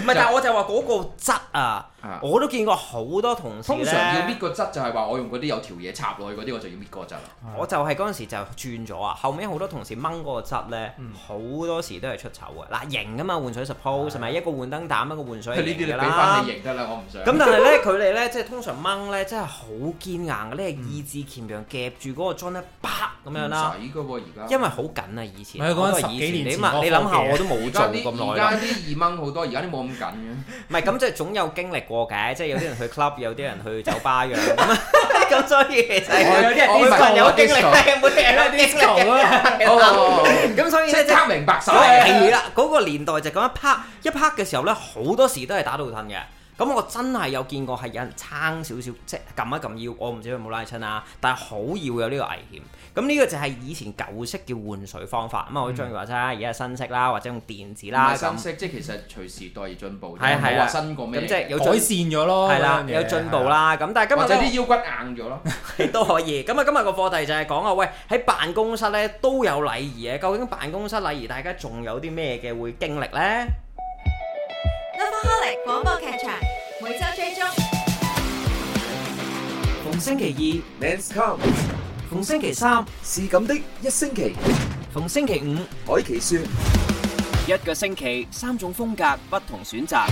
[SPEAKER 2] 唔係，但係我就話嗰個質啊
[SPEAKER 3] 啊，
[SPEAKER 2] 我都見過好多同事
[SPEAKER 3] 通常要搣
[SPEAKER 2] 咧。
[SPEAKER 3] 個質就係話我用嗰啲有條嘢插落去嗰啲，我就要搣個質啦。
[SPEAKER 2] 我就係嗰陣時就轉咗啊，後尾好多同事掹嗰個質咧，
[SPEAKER 3] 嗯
[SPEAKER 2] 好多時都係出醜嘅。嗱，型噶嘛換水 suppose 係咪一個換燈膽一個換水
[SPEAKER 3] 呢啲你
[SPEAKER 2] 型
[SPEAKER 3] 俾
[SPEAKER 2] 㗎啦
[SPEAKER 3] 翻你。型得啦，我唔想。
[SPEAKER 2] 咁但係咧，佢哋咧即係通常掹咧，真係好堅硬嘅咧，意志鉗羊夾住嗰個樽咧，啪咁樣啦。
[SPEAKER 3] 唔使噶喎，而家
[SPEAKER 2] 因為好緊啊，以前
[SPEAKER 4] 唔係
[SPEAKER 2] 我
[SPEAKER 4] 講緊
[SPEAKER 2] 都係
[SPEAKER 4] 十幾
[SPEAKER 2] 以前
[SPEAKER 4] 年
[SPEAKER 2] 你
[SPEAKER 4] 前
[SPEAKER 2] 嘛，
[SPEAKER 4] 嗰
[SPEAKER 2] 你
[SPEAKER 4] 個
[SPEAKER 2] 諗下
[SPEAKER 4] 嘢
[SPEAKER 2] 我都冇做
[SPEAKER 3] 而家啲
[SPEAKER 2] 咁
[SPEAKER 3] 而
[SPEAKER 2] 耐啦。
[SPEAKER 3] 家啲二掹好多，而家啲冇咁緊嘅。
[SPEAKER 2] 唔係咁，即係總有經歷過嘅，即係有啲人去 club，有啲人去酒吧樣咁啊。咁所以其實
[SPEAKER 3] 我有啲人
[SPEAKER 2] 我每個人
[SPEAKER 3] disco，
[SPEAKER 2] 有經歷，係
[SPEAKER 3] disco
[SPEAKER 2] 每個人有經歷
[SPEAKER 4] 舊啊！
[SPEAKER 2] 係啦
[SPEAKER 3] 哦，
[SPEAKER 2] 咁所以
[SPEAKER 3] 即
[SPEAKER 2] 咧，即
[SPEAKER 3] 刻明白晒。
[SPEAKER 2] 係啦，嗰個年代就咁一拍一拍嘅時候咧，好多時都係打到褪嘅。咁我真係有見過係有人撐少少，即係撳一撳腰，我唔知佢有冇拉親啊，但係好要有呢個危險。咁呢個就係以前舊式嘅換水方法。咁啊，我張宇話齋，而家係新式啦，或者用電子啦
[SPEAKER 3] 啦，
[SPEAKER 2] 咁
[SPEAKER 3] 新。式嗯即係其實隨時代而進步，
[SPEAKER 2] 係啊係
[SPEAKER 3] 冇
[SPEAKER 2] 啊
[SPEAKER 3] 話新過咩
[SPEAKER 2] 咁即係
[SPEAKER 3] 嘅，
[SPEAKER 2] 有
[SPEAKER 4] 改
[SPEAKER 2] 進
[SPEAKER 4] 善咗咯，
[SPEAKER 2] 係啦，有進步。啦。咁但係
[SPEAKER 3] 或者
[SPEAKER 2] 今日
[SPEAKER 3] 啲腰骨硬咗咯。
[SPEAKER 2] 咧 都可以。咁啊，今日個課題就係講啊，喂喺辦公室咧都有禮儀嘅。啊究竟辦公室禮儀大家仲有啲咩嘅會經歷呢？
[SPEAKER 5] Lovaholic 廣播劇場每周追蹤。
[SPEAKER 2] 逢星期
[SPEAKER 6] Men's Come
[SPEAKER 2] 二、逢星期三、
[SPEAKER 6] 是咁的一星期，
[SPEAKER 2] 逢星期五。
[SPEAKER 6] 海奇說。
[SPEAKER 2] 一個星期三種風格，不同選擇。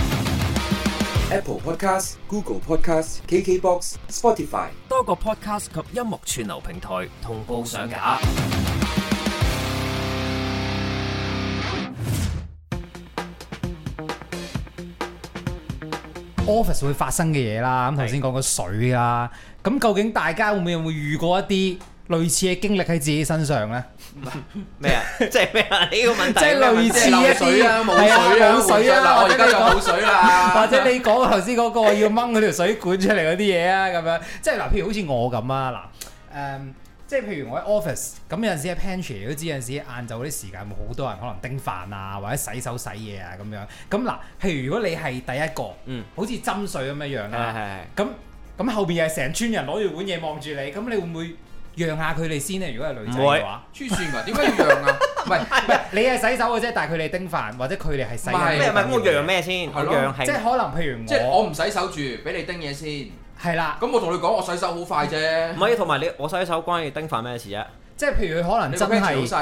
[SPEAKER 6] Apple Podcast、Google Podcast、KKBox、Spotify。
[SPEAKER 7] 多個 podcast 及音樂串流平台同步上架。
[SPEAKER 4] office 會發生嘅嘢啦，咁頭先講個水啦，咁究竟大家會唔會有冇遇過一啲類似嘅經歷喺自己身上呢？
[SPEAKER 2] 咩啊？ 即係咩啊？呢個問題
[SPEAKER 4] 即係
[SPEAKER 2] 咩問題
[SPEAKER 4] 類似一
[SPEAKER 3] 漏水
[SPEAKER 4] 啲
[SPEAKER 3] 啊，冇
[SPEAKER 4] 係
[SPEAKER 3] 水啊，
[SPEAKER 4] 冇水啊，
[SPEAKER 3] 我
[SPEAKER 4] 或
[SPEAKER 3] 而
[SPEAKER 4] 者
[SPEAKER 3] 家
[SPEAKER 4] 你
[SPEAKER 3] 就冇
[SPEAKER 4] 講
[SPEAKER 3] 水
[SPEAKER 2] 啊
[SPEAKER 3] 啦，
[SPEAKER 4] 或者你講頭先嗰個要掹嗰條水管出嚟嗰啲嘢啊，咁樣即係嗱，譬如好似我咁啊，嗱誒。即係譬如我喺 office，咁有陣時喺 pantry 都知有陣時晏晝嗰啲時間會好多人可能叮飯啊，或者洗手洗嘢啊咁樣。咁嗱，譬如如果你係第一個，
[SPEAKER 2] 嗯
[SPEAKER 4] 好似斟水咁樣樣啦
[SPEAKER 2] 係，係係
[SPEAKER 4] 咁咁後邊又係成村人攞住碗嘢望住你，咁你會唔會讓下佢哋先咧？如果係女仔
[SPEAKER 2] 唔會
[SPEAKER 4] 嘅話，
[SPEAKER 3] 黐線㗎，點解要讓啊？唔係
[SPEAKER 4] 唔係你係洗手嘅啫，但係佢哋叮飯或者佢哋係洗
[SPEAKER 3] 唔係
[SPEAKER 2] 咩？
[SPEAKER 4] 緊
[SPEAKER 2] 唔係咁我讓咩先？我
[SPEAKER 3] 係咯
[SPEAKER 2] 讓
[SPEAKER 4] 即
[SPEAKER 2] 係
[SPEAKER 4] 係可能譬如
[SPEAKER 3] 即係我
[SPEAKER 4] 我
[SPEAKER 3] 唔洗手住，俾你叮嘢先。
[SPEAKER 4] 係啦，
[SPEAKER 3] 咁我同你講，我洗手好快啫。
[SPEAKER 2] 唔係？同埋你我洗手關你叮飯咩事啫
[SPEAKER 4] 即係譬如佢可
[SPEAKER 3] 你
[SPEAKER 4] 能
[SPEAKER 3] 個
[SPEAKER 4] 真
[SPEAKER 3] p a 好
[SPEAKER 4] 係
[SPEAKER 3] 細，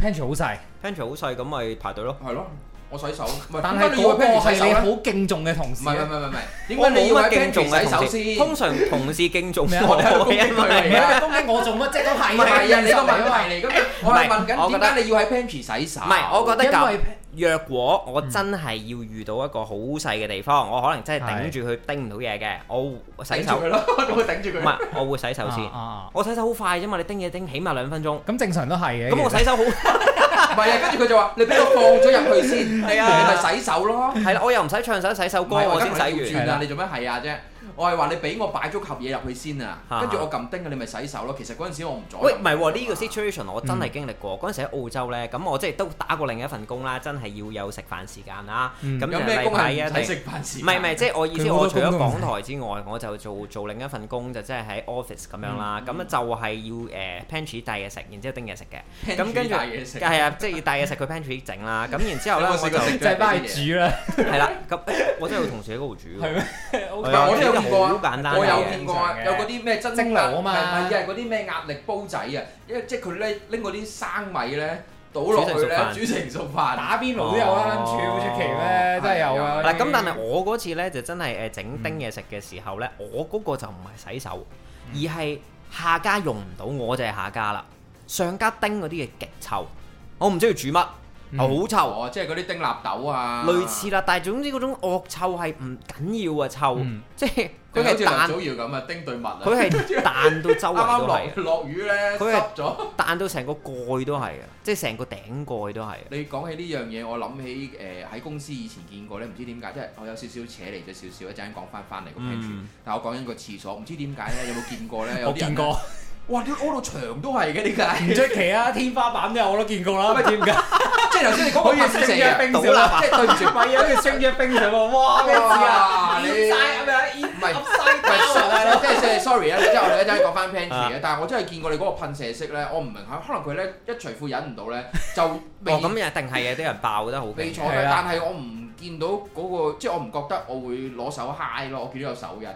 [SPEAKER 4] pantry 好細，
[SPEAKER 2] ？pantry 好細咁咪排隊咯。
[SPEAKER 3] 係咯，我洗手。唔係
[SPEAKER 4] 但
[SPEAKER 3] 點
[SPEAKER 4] 係
[SPEAKER 3] 解你要
[SPEAKER 4] 嗰個
[SPEAKER 3] p a 洗
[SPEAKER 4] 係
[SPEAKER 3] 手
[SPEAKER 4] 你
[SPEAKER 3] 咧？
[SPEAKER 4] 好敬重嘅同
[SPEAKER 3] 唔
[SPEAKER 4] 事
[SPEAKER 3] 係唔係
[SPEAKER 4] 啊
[SPEAKER 3] 唔。係唔係，點
[SPEAKER 2] 我
[SPEAKER 3] 解
[SPEAKER 2] 冇
[SPEAKER 3] 你要
[SPEAKER 2] 乜
[SPEAKER 3] 喺
[SPEAKER 2] 敬
[SPEAKER 3] p
[SPEAKER 2] 重
[SPEAKER 3] a
[SPEAKER 2] 嘅
[SPEAKER 3] 洗
[SPEAKER 2] 同
[SPEAKER 3] 手
[SPEAKER 2] 事，
[SPEAKER 3] 先？
[SPEAKER 2] 通常同事敬重
[SPEAKER 4] 咩啊
[SPEAKER 2] 我，
[SPEAKER 3] 我哋喺度 攻擊佢
[SPEAKER 2] 因
[SPEAKER 3] 嚟
[SPEAKER 2] 為
[SPEAKER 4] 係
[SPEAKER 3] 㗎
[SPEAKER 4] 啊，攻擊我做乜啫？都係
[SPEAKER 3] 唔係啊，你個問
[SPEAKER 4] 啊
[SPEAKER 3] 題嚟㗎嘛。我係問緊點解你要喺 pantry 洗手？
[SPEAKER 2] 唔係，我覺得
[SPEAKER 4] 因
[SPEAKER 2] 咁
[SPEAKER 4] 為。
[SPEAKER 2] 若果我真係要遇到一個好細嘅地方，我可能真係頂住佢叮唔到嘢嘅，我洗
[SPEAKER 3] 頂
[SPEAKER 2] 手
[SPEAKER 3] 住佢咯， 我會頂住
[SPEAKER 2] 唔
[SPEAKER 3] 佢。
[SPEAKER 2] 係，我會洗手先。
[SPEAKER 4] 啊啊
[SPEAKER 2] 我洗手好快啫嘛，你叮嘢叮起碼兩分鐘。
[SPEAKER 4] 咁正常都係嘅。
[SPEAKER 2] 咁我
[SPEAKER 4] 其實
[SPEAKER 2] 洗手好
[SPEAKER 3] 唔係啊，跟住佢就話：你俾我放咗入去先，
[SPEAKER 2] 係啊
[SPEAKER 3] 你咪洗手咯。
[SPEAKER 2] 係啦，我又唔使唱首洗手
[SPEAKER 3] 唔
[SPEAKER 2] 歌，
[SPEAKER 3] 係
[SPEAKER 2] 我
[SPEAKER 3] 而家
[SPEAKER 2] 先
[SPEAKER 3] 同你調
[SPEAKER 2] 洗完。
[SPEAKER 3] 轉
[SPEAKER 4] 係啦
[SPEAKER 3] 啊！你做咩係啊啫？我係話你俾我擺咗盒嘢入去先啊，
[SPEAKER 2] 啊
[SPEAKER 3] 跟住我撳叮啊，你咪洗手咯。其實嗰陣時我唔阻。
[SPEAKER 2] 喂，唔係喎，呢個 situation 我真係經歷過。嗰陣時喺澳洲咧，咁我即係都打過另一份工啦，真係要有食飯時間啦。
[SPEAKER 4] 嗯
[SPEAKER 2] 咁就
[SPEAKER 3] 有咩
[SPEAKER 2] 禮
[SPEAKER 3] 工
[SPEAKER 2] 拜
[SPEAKER 3] 係
[SPEAKER 2] 一
[SPEAKER 3] 唔
[SPEAKER 2] 定
[SPEAKER 3] 使。食飯時
[SPEAKER 2] 唔
[SPEAKER 3] 間？
[SPEAKER 2] 係唔係，即係我意
[SPEAKER 4] 佢
[SPEAKER 2] 思，
[SPEAKER 4] 好多
[SPEAKER 2] 我除咗
[SPEAKER 4] 工都
[SPEAKER 2] 港
[SPEAKER 4] 唔
[SPEAKER 2] 台之外，我就做做另一份工，就即係喺 office 咁樣啦。咁就係要誒 pantry 帶嘢食，然之後叮嘢食嘅。
[SPEAKER 3] 係
[SPEAKER 2] 咁跟住
[SPEAKER 3] 嘢食。
[SPEAKER 2] 係啊，即係要帶嘢食佢 pantry 整啦。咁然之後 咧，
[SPEAKER 3] 有冇
[SPEAKER 2] 我
[SPEAKER 3] 試過食
[SPEAKER 2] 就
[SPEAKER 4] 就係翻去煮啦，
[SPEAKER 2] 係啦。咁哎我真係有同事喺嗰度煮㗎。啊
[SPEAKER 4] 係咩？
[SPEAKER 3] 唔係我都有見過
[SPEAKER 2] 好簡單
[SPEAKER 3] 啊，
[SPEAKER 2] 嘅
[SPEAKER 3] 我有見過啊，
[SPEAKER 4] 嘢
[SPEAKER 3] 有嗰啲咩蒸
[SPEAKER 4] 蒸爐啊嘛
[SPEAKER 3] 係係啊，嗰啲咩壓力煲仔啊，因為即係佢咧拎嗰啲生米咧倒落去咧煮
[SPEAKER 2] 煮
[SPEAKER 3] 成熟飯。
[SPEAKER 4] 打邊爐都有啦，諗住好出奇咩？真係有啊！
[SPEAKER 2] 嗱，咁但係我嗰次咧就真係誒呃整叮嘢食嘅時候咧，
[SPEAKER 3] 嗯
[SPEAKER 2] 我嗰個就唔係洗手，而係下家用唔到，我就係下家啦。上家叮嗰啲嘢極臭，我唔知佢煮乜，
[SPEAKER 4] 嗯
[SPEAKER 2] 好臭，
[SPEAKER 3] 哦，即係嗰啲叮納豆啊，
[SPEAKER 2] 類似啦。但係總之嗰種惡臭係唔緊要啊，臭，
[SPEAKER 4] 嗯
[SPEAKER 2] 即係
[SPEAKER 3] 佢
[SPEAKER 2] 佢
[SPEAKER 3] 好
[SPEAKER 2] 係
[SPEAKER 3] 似梁祖
[SPEAKER 2] 彈，
[SPEAKER 3] 堯咁啊，叮對襪啊，
[SPEAKER 2] 佢係彈到周
[SPEAKER 3] 啱
[SPEAKER 2] 圍都
[SPEAKER 3] 啱
[SPEAKER 2] 係，
[SPEAKER 3] 落落雨咧，
[SPEAKER 2] 佢係
[SPEAKER 3] 濕咗。
[SPEAKER 2] 彈到成個蓋都係嘅，即係成個頂蓋都係。啊
[SPEAKER 3] 你講起呢樣嘢，我諗起誒喺公司以前見過咧，唔知點解，即係我有少少扯離咗少少，一陣間講翻翻嚟個 pantry
[SPEAKER 2] 嗯。
[SPEAKER 3] 但我講緊個廁所，唔知點解咧，有冇見過咧？有
[SPEAKER 4] 我
[SPEAKER 3] 啲人
[SPEAKER 4] 見過，
[SPEAKER 3] 哇！屌屙到牆都係嘅，點
[SPEAKER 4] 唔
[SPEAKER 3] 解？
[SPEAKER 4] 出奇啊！天花板都有我都見過啦，點 解？
[SPEAKER 3] 即係頭先你講個
[SPEAKER 4] 好似
[SPEAKER 3] 噴射啊
[SPEAKER 4] Stranger Things
[SPEAKER 2] 倒啦
[SPEAKER 4] 即係對唔住，咪好似 Stranger Things 咁喎，哇咩事啊？
[SPEAKER 3] 哇
[SPEAKER 4] 熱
[SPEAKER 3] 你
[SPEAKER 4] 曬咁樣，熱
[SPEAKER 3] 唔係
[SPEAKER 4] 曬
[SPEAKER 3] 唔係
[SPEAKER 4] 咁
[SPEAKER 3] 即係即係 sorry 啊！即係我哋一陣講翻 pantry
[SPEAKER 2] 啊
[SPEAKER 3] 嘅，但係我真係見過你嗰個噴射式咧，我唔明嚇，可能佢咧一除褲忍唔到咧，就未
[SPEAKER 2] 哦，咁一定係嘅，啲人爆得好
[SPEAKER 3] 未
[SPEAKER 2] 勁。
[SPEAKER 3] 坐低
[SPEAKER 4] 係，啦
[SPEAKER 3] 但係我唔見到嗰個，即係我唔覺得我會攞手嗨咯，我見到有手印。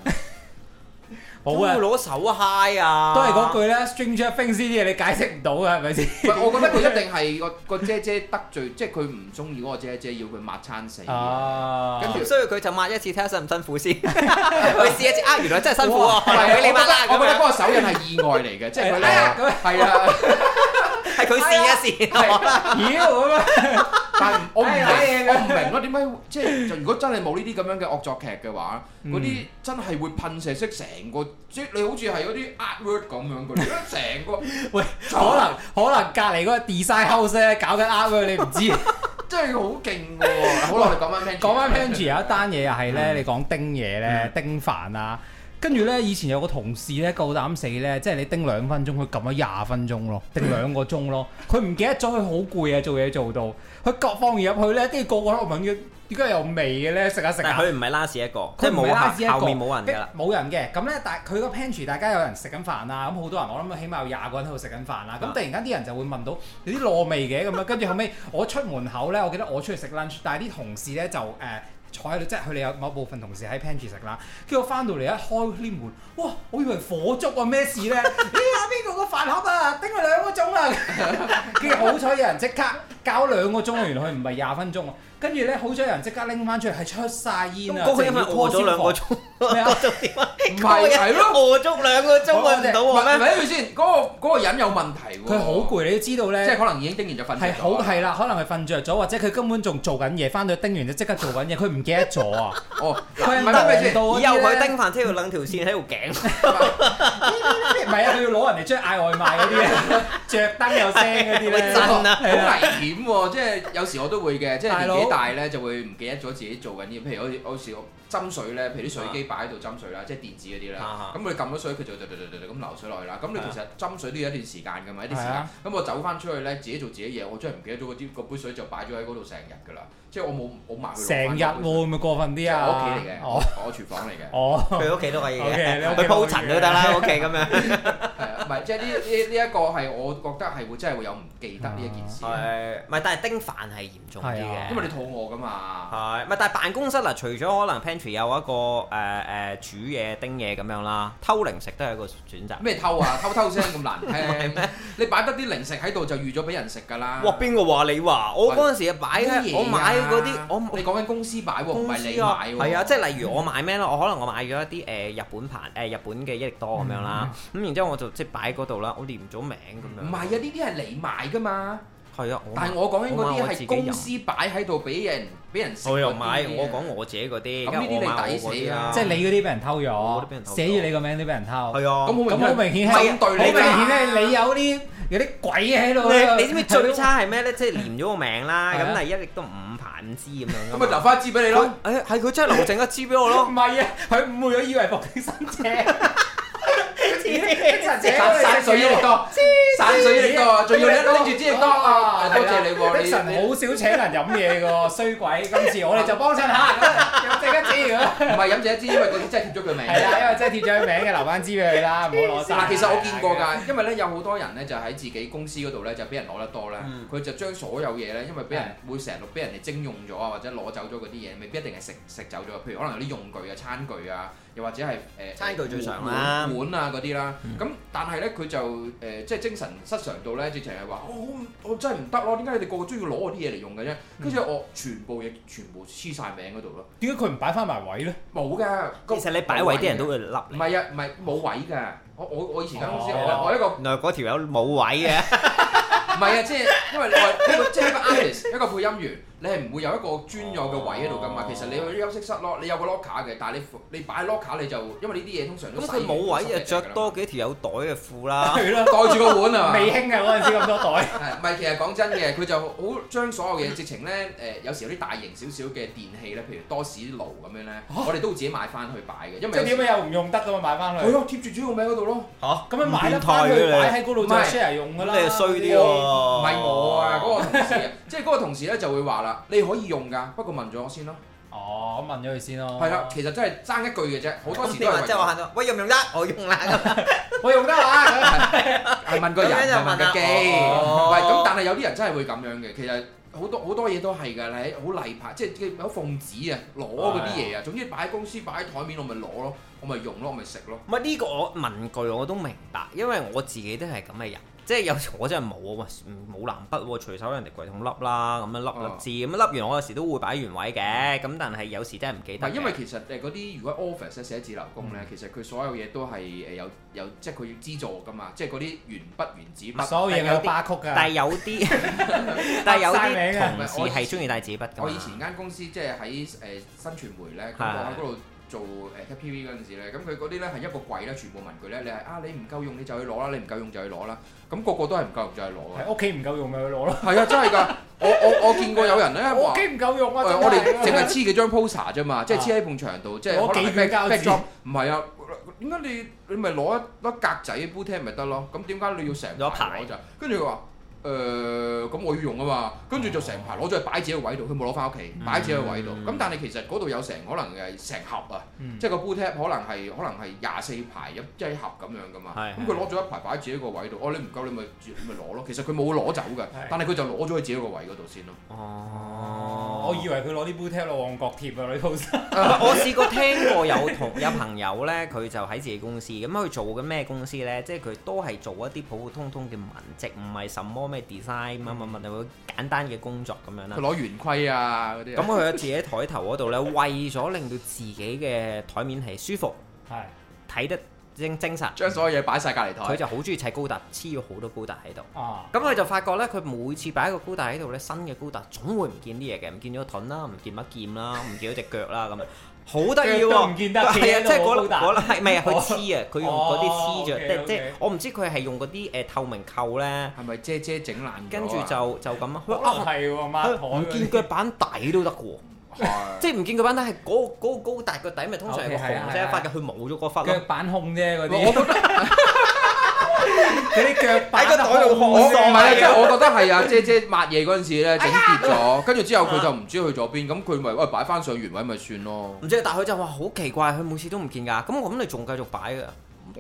[SPEAKER 4] 好啊
[SPEAKER 2] 點會！攞手嗨啊！
[SPEAKER 4] 都係嗰句啦，Stranger Things 呢啲嘢你解釋唔到㗎，係咪先？
[SPEAKER 3] 唔係，我覺得佢一定係個個姐姐得罪，即係佢唔中意嗰個姐姐，要佢抹餐死。
[SPEAKER 4] 啊
[SPEAKER 3] 跟住
[SPEAKER 2] 所以佢就抹一次睇下辛唔辛苦 先，佢試一次啊，原來真係辛苦
[SPEAKER 3] 唔係
[SPEAKER 2] 喎，俾你抹啦
[SPEAKER 3] 我覺得我覺得
[SPEAKER 2] 咁
[SPEAKER 3] 嗰
[SPEAKER 2] 樣，
[SPEAKER 3] 個手印係意外嚟嘅，即係佢
[SPEAKER 4] 係啊
[SPEAKER 3] 咧係啊，
[SPEAKER 2] 係佢試一試。
[SPEAKER 4] 妖咁啊！
[SPEAKER 3] 但係我唔明，
[SPEAKER 4] 係啊係啊
[SPEAKER 3] 我唔明咯，點解即係就如果真係冇呢啲咁樣嘅惡作劇嘅話，嗰啲真係會噴射式成個，即係你好似係嗰啲 artwork 咁樣嘅，成個
[SPEAKER 4] 喂，可能可能隔離嗰個 design house 咧搞緊啱啊佢，你唔 知。
[SPEAKER 3] 真係好勁嘅喎。好啦，我哋講翻 Pantry，
[SPEAKER 4] 講翻 pantry 有一單嘢又係咧，
[SPEAKER 2] 嗯
[SPEAKER 4] 你講叮嘢咧，叮飯啊，跟住咧以前有個同事咧夠膽死咧，即係你叮兩分鐘，佢撳咗廿分鐘咯，
[SPEAKER 2] 嗯
[SPEAKER 4] 叮兩個鐘咯，佢唔記得咗，佢好攰啊，做嘢做到，佢各放嘢入去咧，跟住個個都問佢點解有味嘅咧，食下食
[SPEAKER 2] 但
[SPEAKER 4] 下
[SPEAKER 2] 係。佢唔係 last 一個，即係
[SPEAKER 4] 佢唔係
[SPEAKER 2] 冇
[SPEAKER 4] 拉子一個
[SPEAKER 2] 後面冇人㗎啦。，
[SPEAKER 4] 冇人嘅。咁咧，但係佢個 pantry 大家有人食緊飯啦，咁好多人，我諗起碼有廿個人喺度食緊飯啦。咁
[SPEAKER 2] 啊
[SPEAKER 4] 突然間啲人就會問到有啲糯味嘅咁樣，啊跟住後尾我出門口咧，我記得我出去食 lunch，但係啲同事咧就誒。坐喺度，即係佢哋有某部分同事喺 pantry 食啦，跟住我翻到嚟一開呢門，哇！我以為火燭啊，咩事咧？哎呀，邊個個飯盒啊，叮佢兩個鐘啊！跟住好彩有人即刻搞兩個鐘啊，原來佢唔係廿分鐘啊。跟住咧，好彩有人即刻拎翻出嚟，係出晒煙啊！
[SPEAKER 2] 咁嗰個因為
[SPEAKER 4] 淨要
[SPEAKER 2] 餓咗兩個
[SPEAKER 4] 消
[SPEAKER 2] 鐘，
[SPEAKER 4] 防 咩啊？
[SPEAKER 2] 咁點啊？
[SPEAKER 3] 唔
[SPEAKER 2] 嗰個
[SPEAKER 3] 係
[SPEAKER 2] 人
[SPEAKER 3] 係 咯，
[SPEAKER 2] 餓足兩個鐘揾唔到
[SPEAKER 3] 唔係
[SPEAKER 2] 我
[SPEAKER 3] 咪
[SPEAKER 2] 咩？
[SPEAKER 3] 咪住先，嗰個嗰個人有問題喎。
[SPEAKER 4] 佢好，攰，你都知道
[SPEAKER 3] 即係
[SPEAKER 4] 咧。
[SPEAKER 3] 可能已經叮完就瞓
[SPEAKER 4] 係
[SPEAKER 3] 著咗
[SPEAKER 4] 好係啦，可能係瞓着咗，或者佢根本仲做緊嘢，翻到去叮完就即刻做緊嘢，佢唔記得咗啊！
[SPEAKER 3] 哦，
[SPEAKER 4] 佢
[SPEAKER 3] 嗱
[SPEAKER 4] 係
[SPEAKER 3] 唔係咪
[SPEAKER 4] 忙
[SPEAKER 3] 先
[SPEAKER 4] 到？嗰啲
[SPEAKER 2] 以後佢
[SPEAKER 4] 咧
[SPEAKER 2] 叮飯挑要兩條線喺度 頸，
[SPEAKER 4] 唔係啊，佢要攞人哋出去嗌外賣嗰啲咧， 着燈有聲嗰啲咧，
[SPEAKER 2] 會震啊
[SPEAKER 3] 好
[SPEAKER 4] 係啊！
[SPEAKER 3] 危險喎！即係有時我都會嘅，即係
[SPEAKER 4] 大
[SPEAKER 3] 年
[SPEAKER 4] 佬
[SPEAKER 3] 紀大咧就會唔記得咗自己做緊啲，譬如好似好似我斟水咧，譬
[SPEAKER 4] 啊
[SPEAKER 3] 如啲水機擺喺度斟水啦，即係電子嗰啲啦
[SPEAKER 2] 啊，
[SPEAKER 3] 咁佢撳咗水，佢就嘟嘟嘟嘟嘟咁流水落去啦。咁你
[SPEAKER 2] 係啊
[SPEAKER 3] 其實斟水都要一段時間㗎嘛，一啲時
[SPEAKER 4] 係
[SPEAKER 3] 間
[SPEAKER 4] 啊。
[SPEAKER 3] 咁我走翻出去咧，自己做自己嘢，我真係唔記得咗嗰啲個杯水就擺咗喺嗰度成日㗎啦，即係我冇我埋去攞
[SPEAKER 4] 成
[SPEAKER 3] 返
[SPEAKER 4] 日
[SPEAKER 3] 嗰杯水
[SPEAKER 4] 喎，會唔會過分啲啊？
[SPEAKER 3] 我屋企嚟嘅，
[SPEAKER 4] 哦
[SPEAKER 3] 我廚房嚟嘅。
[SPEAKER 4] 哦，
[SPEAKER 2] 佢屋企都可以
[SPEAKER 4] Ờ. OK，
[SPEAKER 2] 嘅，
[SPEAKER 4] 你屋企
[SPEAKER 2] 佢鋪塵都得啦，屋企咁樣。
[SPEAKER 3] 係啊唔係即係呢呢呢一個係我覺得係會真係會有唔記得呢一件事，
[SPEAKER 2] 係，唔係？但係叮飯係嚴重啲
[SPEAKER 4] 係啊
[SPEAKER 2] 嘅，
[SPEAKER 3] 因為你肚餓㗎嘛。
[SPEAKER 2] 係，唔係？但係辦公室嗱，除咗可能 pantry 有一個誒誒煮嘢、叮嘢咁樣啦，偷零食都係一個選擇。
[SPEAKER 3] 咩偷啊？偷偷聲咁難聽，你擺得啲零食喺度就預咗俾人食㗎啦。
[SPEAKER 2] 哇！邊個話你話？我嗰陣時擺
[SPEAKER 3] 咩
[SPEAKER 2] 喺
[SPEAKER 3] 嘢
[SPEAKER 2] 我買嗰啲
[SPEAKER 3] 啊，
[SPEAKER 2] 我
[SPEAKER 3] 你講緊公司買喎，唔
[SPEAKER 2] 公
[SPEAKER 3] 係
[SPEAKER 2] 司
[SPEAKER 3] 你
[SPEAKER 2] 啊，
[SPEAKER 3] 買喎。
[SPEAKER 2] 係啊，即係例如我買咩啦，我可能我買咗一啲誒日本盤誒日本嘅益力多咁樣啦，咁然之後我就即係擺嗰度啦，我連咗名咁
[SPEAKER 3] 嗯唔
[SPEAKER 2] 樣。
[SPEAKER 3] 係啊？呢啲係你買㗎嘛。
[SPEAKER 2] 係啊，我
[SPEAKER 3] 但係
[SPEAKER 2] 買
[SPEAKER 3] 我講緊嗰
[SPEAKER 2] 我買
[SPEAKER 3] 啲
[SPEAKER 2] 我自己
[SPEAKER 3] 係公司擺喺度俾人俾人食。
[SPEAKER 2] 我又買，我講。我自己嗰啲，
[SPEAKER 3] 啊咁呢
[SPEAKER 2] 跟
[SPEAKER 3] 啲
[SPEAKER 2] 住我買
[SPEAKER 3] 你
[SPEAKER 2] 我
[SPEAKER 3] 抵
[SPEAKER 2] 嗰
[SPEAKER 3] 死
[SPEAKER 2] 啲
[SPEAKER 3] 啊
[SPEAKER 2] 啦。
[SPEAKER 4] 即係你嗰啲俾人偷
[SPEAKER 2] 我都俾人
[SPEAKER 4] 咗，
[SPEAKER 2] 偷咗
[SPEAKER 4] 寫住你個名都俾人偷。
[SPEAKER 2] 係啊，
[SPEAKER 3] 咁
[SPEAKER 4] 咁好明顯係
[SPEAKER 3] 針對你
[SPEAKER 4] 好
[SPEAKER 3] 㗎
[SPEAKER 4] 明顯係你有啲有啲鬼喺度啊。
[SPEAKER 2] 你你知唔知最差係咩咧？即係連咗個名啦，
[SPEAKER 4] 係啊
[SPEAKER 2] 咁但係一直都五排五支咁樣㗎
[SPEAKER 3] 咁
[SPEAKER 2] 嘛。
[SPEAKER 3] 咪留翻一支俾你
[SPEAKER 2] 佢
[SPEAKER 3] 咯。
[SPEAKER 2] 誒係佢真係留剩一支俾我
[SPEAKER 4] 唔
[SPEAKER 2] 咯，
[SPEAKER 4] 係啊，佢誤會咗以為伏地生者，
[SPEAKER 3] 散水益力多，散水益力多，仲要你拎住支益力多啊！多謝你
[SPEAKER 4] 的神
[SPEAKER 3] 喎，你
[SPEAKER 4] 好少請人飲嘢嘅喎，衰鬼！今次我哋就幫襯下，咁整一支咁。
[SPEAKER 3] 唔係飲住一支，因為嗰啲真係貼咗佢名。
[SPEAKER 4] 係啦，因為真係貼咗佢名嘅，留翻支俾佢啦，唔好攞晒。
[SPEAKER 3] 嗱，其實我見過㗎，因為咧有好多人咧就喺自己公司嗰度咧就俾人攞得多咧
[SPEAKER 2] 嗯，
[SPEAKER 3] 佢就將所有嘢咧，因為俾人會成日俾人哋徵用咗啊，或者攞走咗嗰啲嘢，未必一定係食食走咗，譬如可能有啲用具啊、餐具啊，又或者係誒
[SPEAKER 2] 餐具最常
[SPEAKER 3] 碗
[SPEAKER 2] 啦
[SPEAKER 3] 碗啊嗰啲啦。咁但係咧佢就誒即係精神失常到咧，直情係話哦我我真係唔得咯，點解你哋個個都要攞我啲嘢嚟用嘅啫？跟住我全部嘢全部黐晒名嗰度咯，
[SPEAKER 4] 點解佢唔擺翻埋位咧？
[SPEAKER 3] 冇㗎。
[SPEAKER 2] 其實你擺位啲人都會笠
[SPEAKER 3] 唔
[SPEAKER 2] 你。
[SPEAKER 3] 係啊，唔係冇位㗎。我我我以前間公司，
[SPEAKER 4] 哦
[SPEAKER 3] 我我一個
[SPEAKER 2] 原來嗰條友冇位嘅，
[SPEAKER 3] 唔係啊，即係因為我一個即係一個 artist，一個 配音員，你係唔會有一個專有嘅位喺度噶
[SPEAKER 2] 哦
[SPEAKER 3] 嘛。其實你去休息室咯，你有個 locker 嘅，但係你你擺 locker 你就因為呢啲嘢通常都
[SPEAKER 2] 咁佢冇位就啊着多幾條有袋嘅褲啦。
[SPEAKER 4] 係咯，
[SPEAKER 3] 袋住個 碗啊。
[SPEAKER 4] 未興啊嗰陣時咁多袋。
[SPEAKER 3] 係唔係？其實講真嘅，佢就好將所有嘢直情咧誒，有時有啲大型少少嘅電器咧，譬如多士爐咁樣咧，
[SPEAKER 2] 哦
[SPEAKER 3] 我哋都會自己買翻去擺嘅，因
[SPEAKER 4] 即
[SPEAKER 3] 為
[SPEAKER 4] 係
[SPEAKER 2] 啊
[SPEAKER 4] 點解又唔用得㗎嘛？買翻
[SPEAKER 3] 係
[SPEAKER 4] 去。
[SPEAKER 3] 咯，貼住主要名嗰度咯。
[SPEAKER 2] 嚇，
[SPEAKER 4] 咁樣買
[SPEAKER 2] 唔
[SPEAKER 4] 得
[SPEAKER 2] 變
[SPEAKER 4] 翻
[SPEAKER 2] 態
[SPEAKER 4] 去
[SPEAKER 2] 嘅
[SPEAKER 4] 擺喺嗰度
[SPEAKER 3] 唔
[SPEAKER 4] 就
[SPEAKER 3] 係
[SPEAKER 4] share 用
[SPEAKER 2] 你，
[SPEAKER 4] 㗎
[SPEAKER 2] 咁
[SPEAKER 4] 啦。
[SPEAKER 2] 你係衰啲喎。
[SPEAKER 3] 唔
[SPEAKER 2] 唔
[SPEAKER 3] 係我啊，嗰個同事啊， 即係嗰個同事咧就會話啦，你可以用㗎，不過問咗我先咯。
[SPEAKER 4] 哦，咁問咗佢先咯。
[SPEAKER 3] 係啦，其實真係爭一句嘅啫，好多
[SPEAKER 2] 哦
[SPEAKER 3] 時
[SPEAKER 2] 咁你
[SPEAKER 3] 都係
[SPEAKER 2] 話
[SPEAKER 3] 為
[SPEAKER 2] 即係我限咗，喂用唔用得？我用啦。
[SPEAKER 4] 我用 得
[SPEAKER 2] 咁樣就問啦
[SPEAKER 3] 係問個人，唔係問個機。唔係咁
[SPEAKER 4] 啊。
[SPEAKER 2] 哦，
[SPEAKER 3] 但係有啲人真係會咁樣嘅。其實好多好多嘢都係㗎，你好例牌，即係有奉旨啊，攞嗰啲
[SPEAKER 2] 哦
[SPEAKER 3] 嘢啊。總之擺喺公司擺喺台面，我咪攞咯，我咪用咯，我咪食咯。
[SPEAKER 2] 唔係呢個我文具我都明白，因為我自己都係咁嘅人，即係有時我真係冇啊，喂冇藍筆喎，隨手人哋櫃桶笠啦，咁樣
[SPEAKER 3] 哦
[SPEAKER 2] 笠笠字，咁樣笠完我有時都會擺原位嘅，咁但係有時真係唔記
[SPEAKER 3] 唔
[SPEAKER 2] 得
[SPEAKER 3] 係
[SPEAKER 2] 嘅。嗯
[SPEAKER 3] 因為其實誒嗰啲如果 office 咧寫字樓工咧，其實佢所有嘢都係誒有有即係佢要資助㗎嘛，即係嗰啲原筆原子筆。
[SPEAKER 4] 所有嘢有巴曲㗎。
[SPEAKER 2] 但係有啲， 但係有
[SPEAKER 4] 黑晒名啊
[SPEAKER 2] 啲同事係中意帶紙筆㗎嘛
[SPEAKER 3] 我以前間公司即係喺誒新傳媒咧，咁
[SPEAKER 2] 係
[SPEAKER 3] 我喺嗰度做誒 t p v 嗰陣時咧，咁佢嗰啲咧係一個櫃咧，全部文具咧，你係啊你唔夠用你就去攞啦，你唔夠用就去攞啦，咁個個都係唔夠用就去攞嘅。
[SPEAKER 4] 係屋企唔夠用咪去攞咯。
[SPEAKER 3] 係啊，真係㗎！我我我見過有人咧
[SPEAKER 4] 我
[SPEAKER 3] 話
[SPEAKER 4] 屋。企唔夠用啊！
[SPEAKER 3] 誒，
[SPEAKER 4] 真
[SPEAKER 3] 我哋淨係
[SPEAKER 4] 係啊
[SPEAKER 3] 黐幾張 poster 啫嘛，即係黐喺埲牆度，即係
[SPEAKER 4] 攞
[SPEAKER 3] 可能
[SPEAKER 4] 幾卷
[SPEAKER 3] back-
[SPEAKER 4] 膠
[SPEAKER 3] back
[SPEAKER 4] 紙
[SPEAKER 3] job，唔係啊，點解你你咪攞一粒格仔杯聽咪得咯？咁點解你要
[SPEAKER 2] 攞
[SPEAKER 3] 成
[SPEAKER 2] 一排
[SPEAKER 3] 排攞就？跟住佢話誒，咁我要用啊嘛，跟住就成排攞咗去擺自己個位度，佢冇攞翻屋企，
[SPEAKER 2] 嗯
[SPEAKER 3] 擺自己個位度。咁但係其實嗰度有成可能係成盒啊，
[SPEAKER 4] 嗯
[SPEAKER 3] 即係個 boot tab 可能係可能係廿四排一一盒咁樣噶嘛。
[SPEAKER 2] 係
[SPEAKER 3] 咁佢攞咗一排擺喺自己個位度，哦你唔夠你咪你咪攞咯。其實佢冇攞走嘅，但係佢就攞咗去自己個位嗰度先咯。
[SPEAKER 2] 哦，
[SPEAKER 4] 我以為佢攞啲 boot tail 落旺角貼啊，女 pose。
[SPEAKER 2] 我試過聽過有同 有朋友咧，佢就喺自己公司，咁佢做緊咩公司咧？即係佢都係做一啲普普通通嘅文職，唔係什麼咩 design 乜乜乜，有簡單嘅工作咁樣啦
[SPEAKER 3] 佢。攞圓規啊嗰啲
[SPEAKER 2] 咁
[SPEAKER 3] 啊。
[SPEAKER 2] 佢喺自己台頭嗰度咧，為咗令到自己嘅台面係舒服，
[SPEAKER 4] 係。
[SPEAKER 2] 睇得精精神，
[SPEAKER 3] 將所有嘢擺晒隔離
[SPEAKER 2] 佢
[SPEAKER 3] 台，
[SPEAKER 2] 就好中意砌高達，黐咗好多高達喺度。
[SPEAKER 4] 啊。
[SPEAKER 2] 咁佢就發覺咧，佢每次擺一個高達喺度咧，新嘅高達總會唔見啲嘢嘅，唔見咗盾啦，唔見乜劍 啦，唔見咗只腳啦，咁樣好得意
[SPEAKER 4] 腳都
[SPEAKER 2] 喎！
[SPEAKER 4] 唔見 得
[SPEAKER 2] 係啊，
[SPEAKER 4] 嘅
[SPEAKER 2] 即係
[SPEAKER 4] 都冇
[SPEAKER 2] 嗰
[SPEAKER 4] 高達
[SPEAKER 2] 嗰係咪啊？佢黐啊，佢用嗰啲黐
[SPEAKER 4] 哦
[SPEAKER 2] 着，
[SPEAKER 4] ，OK，OK
[SPEAKER 2] 即即我唔知佢係用嗰啲誒透明扣咧，
[SPEAKER 3] 係咪遮遮整爛咗啊
[SPEAKER 2] 跟住就就咁啊
[SPEAKER 4] 可能
[SPEAKER 2] 哇！
[SPEAKER 4] 係喎，抹台
[SPEAKER 2] 佢唔見腳板底都得嘅喎，
[SPEAKER 3] 係
[SPEAKER 2] 即係唔見腳板底係嗰嗰個高達個底咪通常係個
[SPEAKER 4] OK，係啊
[SPEAKER 2] 紅
[SPEAKER 4] 係
[SPEAKER 2] 色
[SPEAKER 4] 啊
[SPEAKER 2] 一忽嘅，佢冇咗嗰忽
[SPEAKER 4] 腳
[SPEAKER 2] 咯。
[SPEAKER 4] 板控啫嗰
[SPEAKER 3] 我
[SPEAKER 4] 啲。
[SPEAKER 3] 覺得
[SPEAKER 4] 嗰啲腳板
[SPEAKER 2] 喺個袋度
[SPEAKER 3] 我
[SPEAKER 2] 放
[SPEAKER 3] 唔係啊，即
[SPEAKER 2] 係
[SPEAKER 3] 係我覺得係啊，姐姐抹嘢嗰陣時咧整跌咗，跟住之後佢就唔知去咗邊，咁佢咪喂擺翻上原位咪算咯。
[SPEAKER 2] 唔知，但係佢就話好奇怪，佢每次都唔見㗎。咁我諗你仲繼續擺㗎，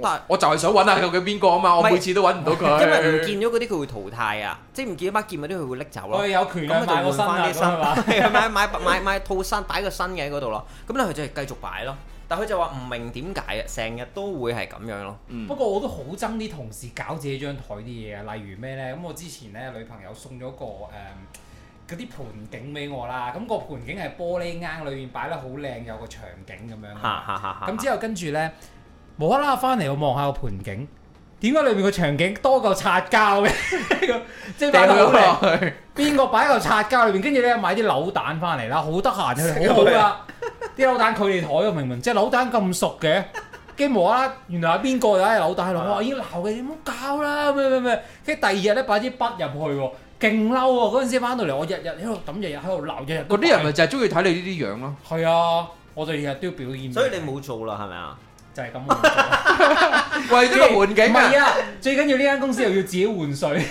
[SPEAKER 2] 但係。
[SPEAKER 3] 我就係想揾下究竟邊個啊嘛，我
[SPEAKER 2] 唔係
[SPEAKER 3] 每次都揾唔到 佢。
[SPEAKER 2] 因為唔見咗嗰啲佢會淘汰啊，即係唔見咗把劍嗰啲佢會拎走
[SPEAKER 4] 我
[SPEAKER 2] 咯。
[SPEAKER 4] 有權
[SPEAKER 2] 咁
[SPEAKER 4] 量買
[SPEAKER 2] 佢
[SPEAKER 4] 個
[SPEAKER 2] 就
[SPEAKER 4] 新
[SPEAKER 2] 換翻
[SPEAKER 4] 啊，
[SPEAKER 2] 啲
[SPEAKER 4] 咁係嘛？
[SPEAKER 2] 新， 係買買買買套新，擺個新嘅喺嗰度咯。咁咧佢就係繼續擺咯。但佢就話唔明點解啊，成日都會係咁樣咯。
[SPEAKER 3] 嗯
[SPEAKER 4] 不過我都好憎啲同事搞自己張台啲嘢啊，例如咩呢？咁我之前呢，女朋友送咗個誒嗰啲盤景俾我啦，咁、個盤景係玻璃罌裏面擺得好靚，有個場景咁樣。
[SPEAKER 2] 哈哈哈哈！
[SPEAKER 4] 咁之後跟住呢，無啦啦翻嚟我望下個盤景，點解裏面個場景多嚿擦膠嘅？ 即係
[SPEAKER 3] 掟
[SPEAKER 4] 擺得好靚
[SPEAKER 3] 咗落去。
[SPEAKER 4] 邊個擺嚿擦膠裏邊？跟住咧買啲扭蛋翻嚟啦，好得閒佢好好噶。 啲扭蛋佢哋台喎，明明即係扭蛋咁熟嘅，跟住無啦啦，原來係邊個有啲扭蛋喺
[SPEAKER 3] 啊
[SPEAKER 4] 度，我話已經鬧佢，你唔好搞啦，咩咩咩。跟住第二日咧擺支筆入去喎，勁嬲喎！嗰陣時翻到嚟，我日日喺度抌，日日喺度鬧，日日都
[SPEAKER 3] 嗰啲人
[SPEAKER 4] 擺
[SPEAKER 3] 咪就係中意睇你呢啲樣咯。
[SPEAKER 4] 係啊，我哋日日都要表演。
[SPEAKER 2] 所以你冇做啦，係 咪啊？
[SPEAKER 4] 就係咁換 水。
[SPEAKER 3] 為咗個環境
[SPEAKER 4] 唔
[SPEAKER 3] 啊
[SPEAKER 4] 係，啊，最緊要呢間公司又要自己換水，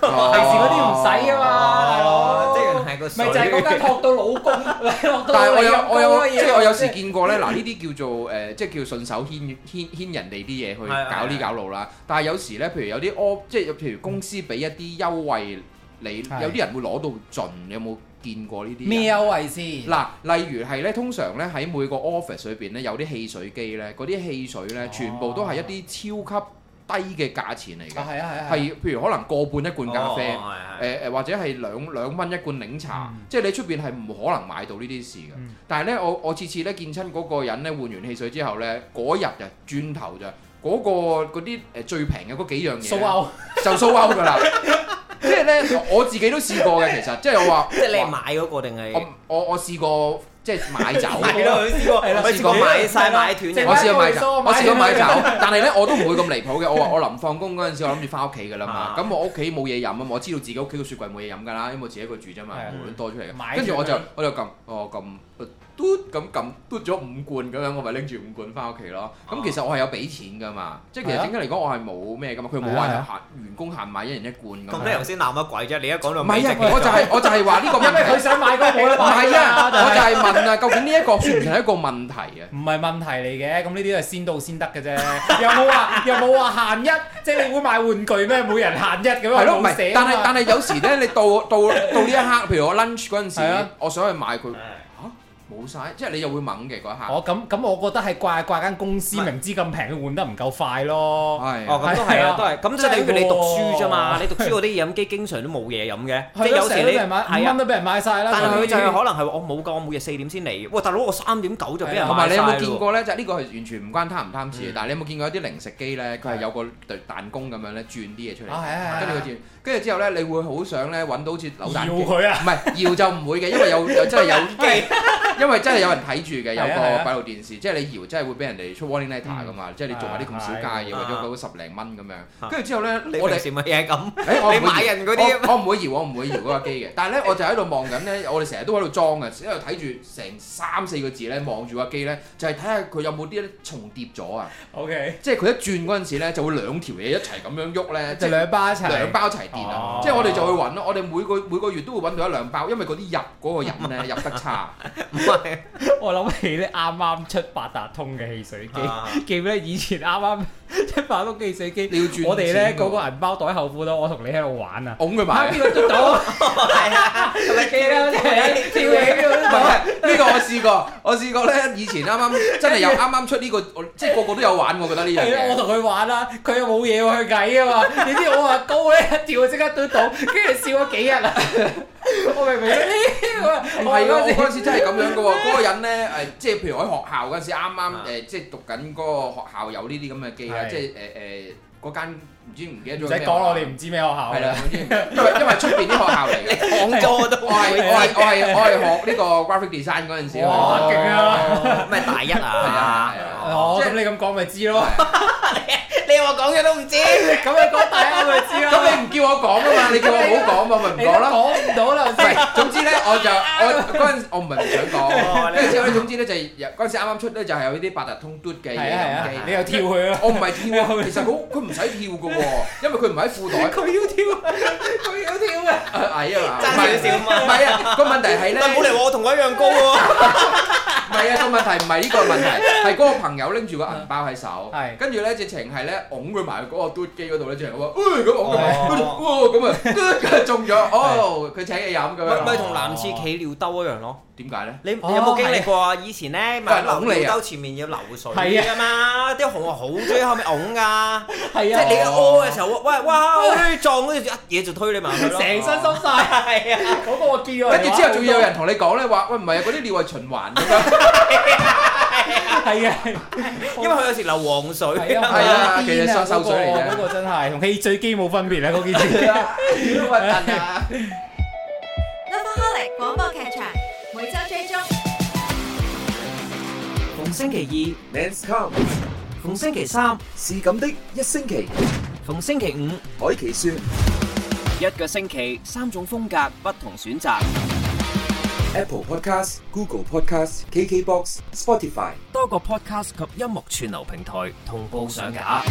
[SPEAKER 3] 哦
[SPEAKER 4] 平時嗰啲唔使啊嘛，大佬。
[SPEAKER 2] 即係原來係個
[SPEAKER 4] 咪就係嗰間托到 老公，托到
[SPEAKER 3] 但係我有
[SPEAKER 4] 老公
[SPEAKER 3] 我有
[SPEAKER 4] 嘅嘢
[SPEAKER 3] 即係我有時見過咧，嗱呢啲叫做誒，即係叫順手牽牽牽人哋啲嘢去
[SPEAKER 2] 係係
[SPEAKER 3] 搞呢搞路啦。但係有時咧，譬如有啲 o 即係譬如公司俾一啲優惠你，
[SPEAKER 4] 係
[SPEAKER 3] 有啲人會攞到盡，你有冇見過呢啲人？啊
[SPEAKER 4] 咩優惠先？
[SPEAKER 3] 嗱，例如係咧，通常咧喺每個 office 裏邊咧有啲汽水機咧，嗰啲汽水
[SPEAKER 4] 哦
[SPEAKER 3] 咧全部都係一啲超級低嘅價錢嚟
[SPEAKER 4] 啊
[SPEAKER 3] 嘅，
[SPEAKER 4] 係啊係啊係啊
[SPEAKER 3] 係譬如可能個半一罐咖啡。
[SPEAKER 2] 哦係係
[SPEAKER 3] 誒誒呃或者係兩兩蚊一罐檸茶，
[SPEAKER 4] 嗯
[SPEAKER 3] 即係你出邊係唔可能買到呢啲事嘅。
[SPEAKER 4] 嗯
[SPEAKER 3] 但係咧，我我次次咧見親嗰個人咧換完汽水之後咧，嗰日就轉頭就嗰、個嗰啲誒最平嘅嗰幾樣嘢
[SPEAKER 4] 蘇
[SPEAKER 3] 呢
[SPEAKER 4] 歐
[SPEAKER 3] 就蘇歐㗎啦。即係咧，我自己都試過嘅，其實即係我話，
[SPEAKER 2] 即係你係買嗰個定係
[SPEAKER 3] 我？我我試過即係買 酒。
[SPEAKER 2] 係咯，佢試過，
[SPEAKER 4] 係啦
[SPEAKER 2] 佢試過
[SPEAKER 3] 試過
[SPEAKER 2] 買晒買斷
[SPEAKER 4] 即係
[SPEAKER 3] 我
[SPEAKER 2] 嘅。
[SPEAKER 3] 試過買酒，我試過買酒
[SPEAKER 4] 買酒，
[SPEAKER 3] 但係咧我都唔會咁離譜嘅。我話我臨放工嗰陣時，我諗住翻屋企㗎啦嘛
[SPEAKER 2] 啊。
[SPEAKER 3] 咁我屋企冇嘢飲啊嘛，我知道自己屋企個雪櫃冇嘢飲㗎啦，因為我自己一個住啫嘛
[SPEAKER 4] 係啊，
[SPEAKER 3] 無論多出嚟嘅。
[SPEAKER 4] 買
[SPEAKER 3] 跟住我就
[SPEAKER 4] 咗佢
[SPEAKER 3] 我就撳，我撳嘟咁撳嘟咗五罐咁樣，我咪拎住五罐翻屋企咯。咁其實我係有俾錢㗎嘛，即係其
[SPEAKER 4] 係
[SPEAKER 3] 實
[SPEAKER 4] 哦啊
[SPEAKER 3] 整體嚟講我係冇咩㗎嘛，佢冇話
[SPEAKER 4] 係啊
[SPEAKER 3] 限員工限買一人一罐㗎
[SPEAKER 2] 咁
[SPEAKER 3] 嘛
[SPEAKER 2] 你。頭先鬧乜鬼啫？你一講到
[SPEAKER 3] 唔係啊，
[SPEAKER 2] 美食
[SPEAKER 3] 我就係我就係話呢個
[SPEAKER 4] 因為
[SPEAKER 3] 問
[SPEAKER 4] 佢
[SPEAKER 3] 題。
[SPEAKER 4] 想買嗰個冇得
[SPEAKER 3] 唔係啊，我
[SPEAKER 4] 買
[SPEAKER 3] 就係問啊，究竟呢一個算唔算係一個問題啊？
[SPEAKER 4] 唔係問題嚟嘅，咁呢啲都係先到先得嘅啫， 又冇話又冇話限一，即係你會買玩具咩？每人限一咁樣，
[SPEAKER 3] 係咯，唔
[SPEAKER 4] 冇
[SPEAKER 3] 係
[SPEAKER 4] 寫，啊
[SPEAKER 3] 但
[SPEAKER 4] 嘛
[SPEAKER 3] 係但係有時咧，你到到到呢一刻，譬如我 lunch 嗰陣
[SPEAKER 4] 係
[SPEAKER 3] 時
[SPEAKER 4] 啊，
[SPEAKER 3] 我想去買佢，
[SPEAKER 2] 唉
[SPEAKER 3] 冇晒，即係你又會猛嘅嗰一刻。
[SPEAKER 4] 我咁咁，我覺得係怪怪間公司
[SPEAKER 2] 唔係
[SPEAKER 4] 明知咁平，佢換得唔夠快咯。
[SPEAKER 3] 係
[SPEAKER 2] 哦，咁都係
[SPEAKER 4] 係
[SPEAKER 2] 啊，
[SPEAKER 4] 啊
[SPEAKER 2] 都係，咁即係
[SPEAKER 4] 真係
[SPEAKER 2] 等於你讀書啫嘛，
[SPEAKER 4] 喎
[SPEAKER 2] 你讀書嗰啲飲機經常都冇嘢飲嘅，即
[SPEAKER 4] 係
[SPEAKER 2] 係
[SPEAKER 4] 咯，
[SPEAKER 2] 有時
[SPEAKER 4] 成日都
[SPEAKER 2] 你
[SPEAKER 4] 俾人買，五
[SPEAKER 2] 係
[SPEAKER 4] 蚊
[SPEAKER 2] 啊，
[SPEAKER 4] 都俾人買晒啦。
[SPEAKER 2] 但係佢就
[SPEAKER 4] 嗰
[SPEAKER 2] 係
[SPEAKER 4] 啲
[SPEAKER 2] 可能係話我冇㗎，我每日四點先嚟，喂大佬我三點九就俾人
[SPEAKER 3] 同埋
[SPEAKER 2] 買
[SPEAKER 3] 你有冇見
[SPEAKER 2] 見
[SPEAKER 3] 過咧？就呢個係完全唔關貪唔貪事嘅
[SPEAKER 2] 嗯，
[SPEAKER 3] 但係你有冇見過一啲零食機咧？佢係有個彈弓咁樣咧，轉啲嘢出嚟，
[SPEAKER 4] 啊係啊係啊
[SPEAKER 3] 跟住佢轉，跟住之後咧，你會好想咧揾到好似扭蛋機，
[SPEAKER 4] 搖佢啊
[SPEAKER 3] 唔係搖就唔會嘅，因為 有有真係 有
[SPEAKER 2] 機
[SPEAKER 3] 因為真係有人睇住嘅，有
[SPEAKER 4] 係啊係啊嗯
[SPEAKER 3] 個閉路電視，即係你搖真係會俾人哋出 warning letter 噶嘛，即係你做埋啲咁小家嘢，
[SPEAKER 2] 啊
[SPEAKER 3] 或者嗰十零蚊咁樣，跟住之後咧，
[SPEAKER 2] 你
[SPEAKER 3] 我哋
[SPEAKER 2] 平。時咪嘢係咁，
[SPEAKER 3] 誒，哎我唔會
[SPEAKER 2] 你買人嗰啲啊
[SPEAKER 3] 搖我我唔會搖，我唔會搖嗰個機嘅。但係咧，我就喺度望緊咧，我哋成日都喺度裝嘅，喺度睇住成三四個字咧，望住個機咧，就係睇下佢有冇啲咧重疊咗啊！
[SPEAKER 4] OK，
[SPEAKER 3] 即係佢一轉嗰陣時咧，就會兩條嘢一齊咁樣喐咧，即
[SPEAKER 4] 就
[SPEAKER 3] 係
[SPEAKER 4] 兩巴一齊。
[SPEAKER 3] 兩包一齊電啊！
[SPEAKER 4] 哦
[SPEAKER 3] 即係我哋就會揾咯，我哋每個每個月都會揾到一兩包，因為嗰啲入嗰個人 咧入得差，
[SPEAKER 2] 唔係
[SPEAKER 4] 我諗起咧啱啱出八達通嘅汽水機
[SPEAKER 2] 啊，
[SPEAKER 4] 記唔記得以前啱啱 一把碌機死機
[SPEAKER 3] 你要轉，
[SPEAKER 4] 我哋咧
[SPEAKER 3] 錢喎
[SPEAKER 4] 嗰個銀包袋後褲袋，我同你喺度玩啊！
[SPEAKER 3] 拱佢
[SPEAKER 4] 嚇
[SPEAKER 3] 埋
[SPEAKER 4] 邊。個 捉到？
[SPEAKER 2] 係啊，係咪
[SPEAKER 4] 記得跳起嗰
[SPEAKER 3] 唔係呢個我試過，我試過咧。以前啱啱真係有啱啱出呢個，我即係個個都有玩，我覺得呢樣
[SPEAKER 4] 係啊，我
[SPEAKER 3] 嘢。
[SPEAKER 4] 同佢玩啦，佢又冇嘢喎，佢計啊嘛。你知我話高咧一跳即刻都到，跟住笑咗幾日啦。 我明明呢
[SPEAKER 3] 唔
[SPEAKER 4] 我
[SPEAKER 3] 係喎，我
[SPEAKER 4] 嗰
[SPEAKER 3] 嗰
[SPEAKER 4] 陣
[SPEAKER 3] 陣時真係咁樣嘅 喎。嗰個人咧誒，即係譬如我喺學校嗰陣時，啱啱誒即係讀緊嗰個學校有呢啲咁嘅機啦，
[SPEAKER 4] 係
[SPEAKER 3] 即係誒誒嗰間唔知唔記得
[SPEAKER 4] 時
[SPEAKER 3] 咗
[SPEAKER 4] 唔使
[SPEAKER 3] 咩學校。
[SPEAKER 4] 講啦，我哋唔知咩學校
[SPEAKER 3] 係啦，總之因為因為出邊啲學校 嚟嘅。
[SPEAKER 2] 講咗 我都
[SPEAKER 3] 我係我係我係我係學呢個 graphic design 嗰陣時。
[SPEAKER 4] 哇勁啊！
[SPEAKER 2] 咩大一
[SPEAKER 3] 係啊
[SPEAKER 2] 啊？
[SPEAKER 3] 係啊
[SPEAKER 4] 哦，
[SPEAKER 3] 即
[SPEAKER 4] 咁
[SPEAKER 3] 係
[SPEAKER 4] 你咁講咪知咯。
[SPEAKER 2] 你話講嘢都唔知，
[SPEAKER 4] 咁你講大家咪知咯。
[SPEAKER 3] 咁你唔叫我講啊嘛，你叫我唔好講嘛，咪
[SPEAKER 4] 你
[SPEAKER 3] 唔
[SPEAKER 4] 都
[SPEAKER 3] 講啦。
[SPEAKER 4] 講唔到啦，
[SPEAKER 3] 唔係，總之咧，我就 我嗰陣我唔係唔想
[SPEAKER 2] 哦
[SPEAKER 3] 講，
[SPEAKER 2] 你
[SPEAKER 3] 跟住之後咧，總之咧就係有嗰陣時啱啱出咧就係有呢啲八達通嘟嘅嘢
[SPEAKER 4] 係啊
[SPEAKER 3] 咁
[SPEAKER 4] 係啊，
[SPEAKER 3] 嘅
[SPEAKER 4] 你又跳佢啦。
[SPEAKER 3] 我唔係跳啊，其實佢佢唔使跳嘅喎，因為佢唔喺褲袋，
[SPEAKER 4] 佢要 跳，佢要跳啊！
[SPEAKER 3] 呃矮啊嘛，
[SPEAKER 2] 爭少少嘛
[SPEAKER 3] 唔係啊，個問題係咧，
[SPEAKER 2] 但冇嚟我同我一樣高喎。
[SPEAKER 3] 唔係啊，個問題唔係呢個問題，係嗰個朋友拎住個銀包喺手，
[SPEAKER 4] 係
[SPEAKER 3] 跟住咧直情係咧擁佢埋嗰個嘟機嗰度咧，直情話，哎咁擁佢
[SPEAKER 4] 哦
[SPEAKER 3] 埋，跟住哦咁啊，跟住中咗，哦佢請你飲咁
[SPEAKER 2] 咪咪
[SPEAKER 3] 樣，
[SPEAKER 2] 同男廁企尿兜一樣咯。
[SPEAKER 3] 點解咧？
[SPEAKER 2] 你你有
[SPEAKER 4] 哦
[SPEAKER 2] 冇經歷過啊？以前咧咪
[SPEAKER 3] 有人
[SPEAKER 2] 流
[SPEAKER 3] 㧬你啊
[SPEAKER 2] 尿兜前面要流水
[SPEAKER 4] 係
[SPEAKER 2] 㗎嘛，啲紅好中意後面㧬㗎。
[SPEAKER 4] 係
[SPEAKER 2] 即
[SPEAKER 4] 啊，
[SPEAKER 2] 係你屙嘅時候，喂哇，我推撞跟住一嘢就推你埋 去咯。
[SPEAKER 4] 成身濕晒。
[SPEAKER 2] 係啊，
[SPEAKER 4] 嗰個我見過。
[SPEAKER 3] 跟住之後仲要有人同你講咧話，喂唔係啊，嗰啲尿係循環㗎嘛。
[SPEAKER 4] 係啊，
[SPEAKER 2] 因為佢有時流黃水
[SPEAKER 4] 係啊，
[SPEAKER 2] 啊。
[SPEAKER 3] 係啊其實
[SPEAKER 4] 癲啊
[SPEAKER 3] 收水嚟啫
[SPEAKER 4] 嗰個真係同汽水機冇分別啊！嗰件事。
[SPEAKER 3] 好核突啊！
[SPEAKER 5] Lovaholic 廣播劇場每周追蹤，
[SPEAKER 7] 逢星期
[SPEAKER 6] Men's Come
[SPEAKER 7] 二、逢星期三、
[SPEAKER 6] 是咁的一星期，
[SPEAKER 7] 逢星期五，
[SPEAKER 6] 海奇說
[SPEAKER 7] 一個星期三種風格，不同選擇，
[SPEAKER 6] Apple Podcast、Google Podcast、KKBox、Spotify。
[SPEAKER 7] 多個 podcast 及音樂串流平台同步上架。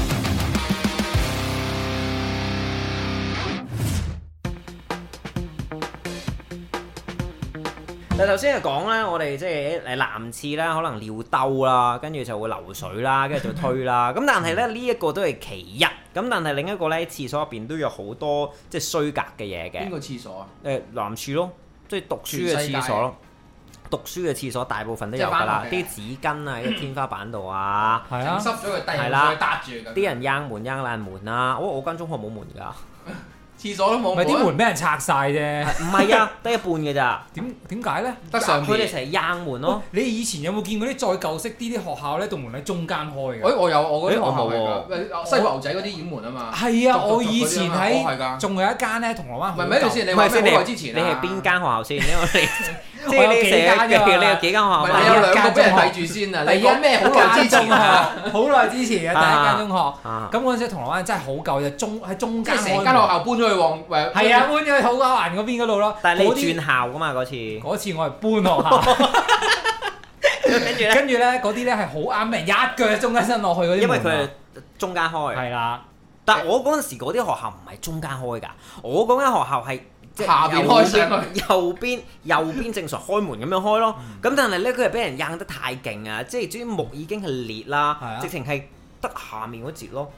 [SPEAKER 2] 但係頭先係講咧，我哋即係誒男廁啦，可能尿兜啦，跟住就會流水啦，跟住就推啦。咁但係咧呢一個都係其一，咁但係另一個咧廁所入邊都有好多即係衰格嘅 嘢嘅
[SPEAKER 3] 邊。個廁所啊？
[SPEAKER 2] 誒、呃男廁咯，即係讀書嘅
[SPEAKER 3] 全世界
[SPEAKER 2] 廁所咯。讀書嘅廁所大部分都有㗎啦，
[SPEAKER 3] 即係
[SPEAKER 2] 啲紙巾 啊喺個天花板度啊，
[SPEAKER 4] 係
[SPEAKER 3] 整
[SPEAKER 4] 啊，
[SPEAKER 3] 濕咗佢，第
[SPEAKER 2] 係
[SPEAKER 3] 二
[SPEAKER 2] 啦
[SPEAKER 3] 再搭住咁。
[SPEAKER 2] 啲人掹門掹爛門啊。我我間中學冇門 㗎，
[SPEAKER 3] 廁所都冇，
[SPEAKER 4] 咪啲門俾人拆晒啫。
[SPEAKER 2] 唔係啊，得一半㗎咋。
[SPEAKER 4] 點點解咧？
[SPEAKER 3] 得上
[SPEAKER 2] 佢哋
[SPEAKER 3] 邊。
[SPEAKER 2] 成日掹門咯。
[SPEAKER 4] 你以前有冇見過啲再舊式啲啲學校咧，道門喺中間開
[SPEAKER 3] 誒
[SPEAKER 4] 嘅？
[SPEAKER 3] 我有我嗰啲學
[SPEAKER 2] 誒我
[SPEAKER 3] 校
[SPEAKER 2] 冇喎
[SPEAKER 3] 嚟㗎，西牛仔嗰啲掩門啊嘛。
[SPEAKER 4] 係啊，
[SPEAKER 3] 逐
[SPEAKER 4] 我以
[SPEAKER 3] 逐
[SPEAKER 4] 前
[SPEAKER 3] 嗰啲啊
[SPEAKER 4] 喺
[SPEAKER 3] 我係㗎
[SPEAKER 4] 仲有一間咧，銅鑼灣好
[SPEAKER 3] 唔係咪住
[SPEAKER 4] 舊
[SPEAKER 3] 先？你
[SPEAKER 2] 唔
[SPEAKER 3] 話
[SPEAKER 2] 係
[SPEAKER 3] 咩
[SPEAKER 2] 先，你
[SPEAKER 3] 好耐之前
[SPEAKER 2] 你
[SPEAKER 3] 啊
[SPEAKER 2] 係邊？間學校 先？因為你即
[SPEAKER 4] 我
[SPEAKER 2] 係
[SPEAKER 4] 有
[SPEAKER 2] 你
[SPEAKER 4] 幾
[SPEAKER 2] 成日
[SPEAKER 4] 間㗎嘛
[SPEAKER 2] 你有幾間學校
[SPEAKER 3] 唔係你有
[SPEAKER 2] 嘛？
[SPEAKER 3] 兩個俾人睇住先啊！你講咩好耐之前啊？
[SPEAKER 4] 好耐之前嘅第一間中學。
[SPEAKER 2] 啊，
[SPEAKER 4] 咁嗰陣時銅鑼灣真係好舊，就中喺中
[SPEAKER 3] 即
[SPEAKER 4] 間
[SPEAKER 3] 係成間學
[SPEAKER 4] 開門
[SPEAKER 3] 校搬咗去旺誒，
[SPEAKER 4] 係啊，搬咗去土瓜灣嗰邊嗰度咯。
[SPEAKER 2] 但係你
[SPEAKER 4] 嗰啲
[SPEAKER 2] 轉校㗎嘛嗰次，
[SPEAKER 4] 嗰次我係搬學校，
[SPEAKER 2] 跟住咧，
[SPEAKER 4] 跟住咧嗰啲咧係好啱俾人一腳中間伸落去嗰啲
[SPEAKER 2] 因為
[SPEAKER 4] 門
[SPEAKER 2] 佢係
[SPEAKER 4] 啊。
[SPEAKER 2] 中間開，
[SPEAKER 4] 係啦，
[SPEAKER 2] 但我嗰陣時嗰啲學校唔係中間開㗎，我嗰間學校係。即係
[SPEAKER 3] 下邊開上
[SPEAKER 2] 右邊右邊正常開門咁樣開咯，
[SPEAKER 3] 嗯
[SPEAKER 2] 咁但係咧佢係俾人硬得太勁啊！即係啲木已經係裂
[SPEAKER 4] 係
[SPEAKER 2] 啦
[SPEAKER 4] 啊，，
[SPEAKER 2] 直情係得下面嗰節咯。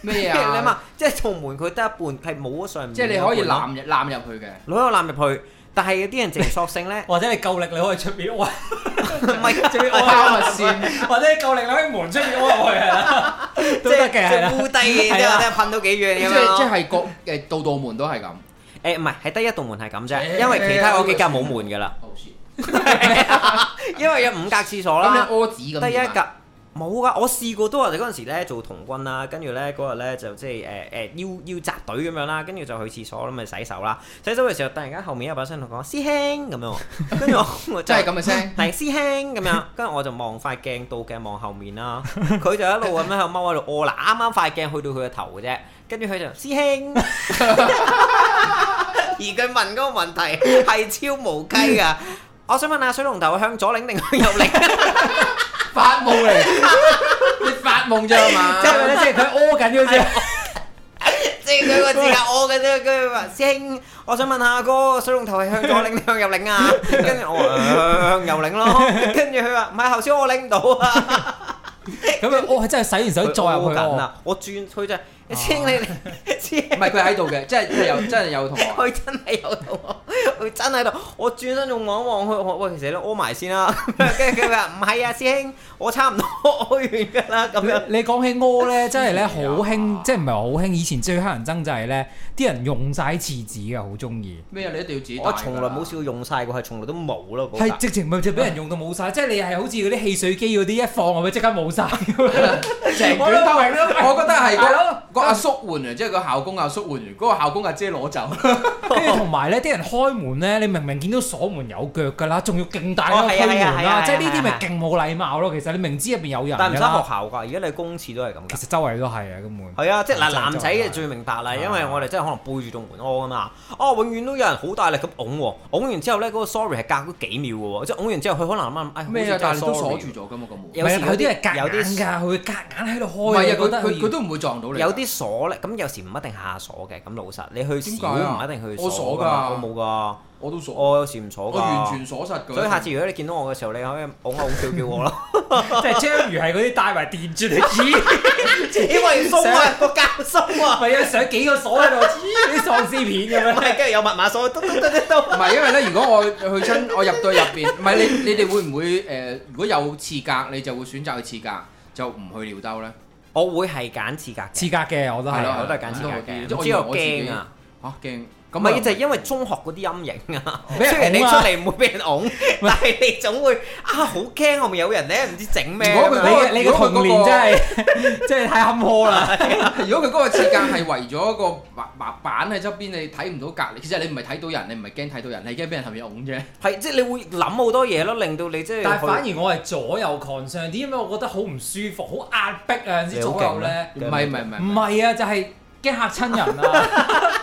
[SPEAKER 3] 咩
[SPEAKER 2] 跟住 你
[SPEAKER 3] 啊？
[SPEAKER 2] 嘛，即係同門佢得一半，係冇咗上面嗰半咯。
[SPEAKER 3] 即係你可以攬入攬入去嘅。
[SPEAKER 2] 攞個攬入去，但係有啲人淨係索性 咧
[SPEAKER 4] 或者你夠力你可以出邊
[SPEAKER 2] 唔
[SPEAKER 4] 屙，
[SPEAKER 2] 係
[SPEAKER 4] 出邊屙
[SPEAKER 3] 拋
[SPEAKER 4] 下
[SPEAKER 3] 物線
[SPEAKER 4] 啊或者你夠力你可以門出邊屙入去係啦，都
[SPEAKER 2] 即
[SPEAKER 4] 得
[SPEAKER 2] 係
[SPEAKER 4] 嘅係啦
[SPEAKER 2] 即係烏低嘅，即
[SPEAKER 4] 係
[SPEAKER 2] 係
[SPEAKER 4] 啦
[SPEAKER 2] 或者噴到幾
[SPEAKER 3] 啊
[SPEAKER 2] 遠
[SPEAKER 3] 即
[SPEAKER 2] 咁樣
[SPEAKER 3] 係即
[SPEAKER 2] 咯。
[SPEAKER 3] 係個誒道道門都係咁。
[SPEAKER 2] 誒唔係，係得一道門係咁啫，
[SPEAKER 3] 誒
[SPEAKER 2] 因為其他嗰幾格冇門㗎啦，
[SPEAKER 3] 好似
[SPEAKER 2] 因為有五格廁所
[SPEAKER 3] 咁
[SPEAKER 2] 啦
[SPEAKER 3] 你，屙紙咁。
[SPEAKER 2] 得一格。冇㗎，我試過都話，我哋嗰陣時咧做童軍啦，跟住咧嗰日咧就即係誒誒要要集隊咁樣啦，跟住就去廁所咁咪洗手啦。洗手嘅時候突然間後面有把聲同我講師兄咁 樣喎，跟住我我就
[SPEAKER 3] 真係咁嘅聲。
[SPEAKER 2] 係師兄咁樣，跟住我就望塊鏡倒鏡望後面啦，佢就一路咁樣喺度踎喺度屙啦，啱啱塊鏡去到佢個 頭嘅啫，跟住佢就師兄，而佢問嗰個問題係超無稽噶，我想問下水龍頭向左擰定向右擰？
[SPEAKER 3] 發夢嚟，你發夢咋嘛？
[SPEAKER 4] 即係咧即係佢屙緊嗰陣，
[SPEAKER 2] 即係佢個字係我嘅啫，佢話師兄，我想問下嗰個水龍頭係向左擰定向右擰啊？ờ, 跟住我話呃向右擰咯，跟住佢話唔係頭先我擰唔到啊。
[SPEAKER 4] 咁樣我係真係洗完手再入
[SPEAKER 2] 緊
[SPEAKER 4] 去
[SPEAKER 2] 啊
[SPEAKER 4] 喎。
[SPEAKER 2] 啦，我轉佢啫，師兄 你你師兄
[SPEAKER 3] 唔 係佢喺度嘅，即係真係有真係有同學。
[SPEAKER 2] 佢真係有度，佢真係喺度。我轉身仲望一望佢，我喂，其實你屙埋先 啦。跟住佢話唔係啊，師兄，我差唔多 屙完㗎啦，咁樣。哎
[SPEAKER 4] 你講起屙 咧，真係咧好興，即係唔係好興？以前最乞人憎就係咧，啲人用晒廁紙嘅，好中意。
[SPEAKER 3] 咩啊？你一定要自己帶㗎
[SPEAKER 2] 我從來冇試過用晒過，係從來都冇嗯咯。嗰
[SPEAKER 4] 係
[SPEAKER 2] 笪
[SPEAKER 4] 直情咪就俾人用到冇晒，即係你係好似嗰啲汽水機嗰啲一放入去即刻冇 晒。
[SPEAKER 3] 成卷兜
[SPEAKER 4] 我都明啦
[SPEAKER 3] 我覺得係
[SPEAKER 4] 大
[SPEAKER 3] 個
[SPEAKER 4] 佬
[SPEAKER 3] 個阿叔換完，即係個校工阿叔換完，嗰個校工阿 姐攞走。
[SPEAKER 4] 跟住同埋咧，啲人開門咧，你明明見到鎖門有腳㗎啦，仲要勁大
[SPEAKER 2] 哦
[SPEAKER 4] 力
[SPEAKER 2] 係啊
[SPEAKER 4] 推門
[SPEAKER 2] 係啊係啊
[SPEAKER 4] 啦，即係呢啲
[SPEAKER 2] 係啊
[SPEAKER 4] 咪勁冇禮貌咯。其實你明知入邊有人
[SPEAKER 2] 但唔
[SPEAKER 4] 㗎
[SPEAKER 2] 使學
[SPEAKER 4] 啦，
[SPEAKER 2] 校㗎，而家你公廁都係咁㗎
[SPEAKER 4] 其。實周圍都係啊，根本。
[SPEAKER 2] 係啊，即係嗱，
[SPEAKER 4] 真係
[SPEAKER 2] 男仔嘅最明白啦，因為我哋真係可能背住棟門屙啊嘛，哦，永遠都有人好大力咁拱喎，拱完之後咧，嗰、個 sorry 係隔嗰幾秒嘅喎，即係拱完之後佢可能諗諗，哎，
[SPEAKER 3] 咩啊？但係
[SPEAKER 2] 係
[SPEAKER 3] 都鎖住咗㗎嘛個門。
[SPEAKER 2] 有時
[SPEAKER 4] 唔係佢啲係
[SPEAKER 2] 有
[SPEAKER 4] 夾
[SPEAKER 2] 啲
[SPEAKER 4] 硬㗎，佢會夾硬喺度
[SPEAKER 3] 唔係
[SPEAKER 4] 開。
[SPEAKER 3] 啊，
[SPEAKER 4] 我
[SPEAKER 3] 佢
[SPEAKER 4] 覺得
[SPEAKER 3] 佢佢
[SPEAKER 4] 要
[SPEAKER 3] 都唔會撞到你。啊
[SPEAKER 2] 有啲鎖咧，咁有時唔一定下鎖嘅，咁老實，你去
[SPEAKER 3] 點解
[SPEAKER 2] 少
[SPEAKER 3] 啊
[SPEAKER 2] 唔一定去
[SPEAKER 3] 我鎖
[SPEAKER 2] 鎖㗎
[SPEAKER 3] 㗎
[SPEAKER 2] 嘛，我冇㗎，
[SPEAKER 3] 我都鎖，
[SPEAKER 2] 我有時唔鎖㗎，
[SPEAKER 3] 我完全鎖實㗎。
[SPEAKER 2] 所以下次如果你見到我嘅時候，你可以拱下拱叫叫 我咯，
[SPEAKER 4] 即係章魚係嗰啲帶埋電 鑽嚟黐，
[SPEAKER 2] 因為鬆啊，個教鬆 啊，
[SPEAKER 4] 咪啊上幾個鎖喺度黐啲喪屍片咁
[SPEAKER 2] 唔
[SPEAKER 4] 樣。
[SPEAKER 2] 係，跟住有密碼鎖，嘟嘟嘟嘟嘟
[SPEAKER 3] 唔。係因為咧，如果我 去親，我入到入邊，唔係你你哋會唔會誒、呃如果有廁格，你就會選擇去廁格，就唔去尿兜咧？
[SPEAKER 2] 我會係揀廁格嘅，
[SPEAKER 4] 刺格嘅我都
[SPEAKER 3] 係
[SPEAKER 4] 係
[SPEAKER 3] 咯
[SPEAKER 2] 我都係揀廁格嘅，
[SPEAKER 3] 即係
[SPEAKER 2] 唔
[SPEAKER 3] 我
[SPEAKER 2] 知
[SPEAKER 3] 啊以為
[SPEAKER 2] 我
[SPEAKER 3] 我自己
[SPEAKER 2] 驚啊。
[SPEAKER 3] 嚇驚！
[SPEAKER 2] 唔
[SPEAKER 3] 咁
[SPEAKER 2] 係
[SPEAKER 3] 啊，
[SPEAKER 2] 就係因為中學嗰啲陰影啊，
[SPEAKER 4] 俾 人
[SPEAKER 2] 雖然你出
[SPEAKER 4] 拱啊
[SPEAKER 2] 嚟唔會俾人拱，但係你總會啊好驚後面有人咧唔知整咩
[SPEAKER 3] 如
[SPEAKER 2] 咁
[SPEAKER 3] 果佢
[SPEAKER 4] 你
[SPEAKER 2] 樣。
[SPEAKER 4] 嘅你嘅童年真係 真係太坎坷啦！
[SPEAKER 3] 如果佢嗰個設計係圍咗個 畫畫板喺側邊，你睇唔到隔離，其實你唔係睇到人，你唔係驚睇到人，你係驚俾人後面拱啫。
[SPEAKER 2] 係即係你會諗好多嘢咯，令到你即係
[SPEAKER 4] 但係
[SPEAKER 2] 去
[SPEAKER 4] 反而我係左右 concern 啲，因為我覺得好唔舒服，好壓迫啊！有陣時
[SPEAKER 2] 你好
[SPEAKER 4] 左
[SPEAKER 2] 勁
[SPEAKER 4] 右
[SPEAKER 2] 咩
[SPEAKER 4] 咧，
[SPEAKER 3] 唔係唔係唔係
[SPEAKER 4] 唔係啊，就係驚嚇親人啊！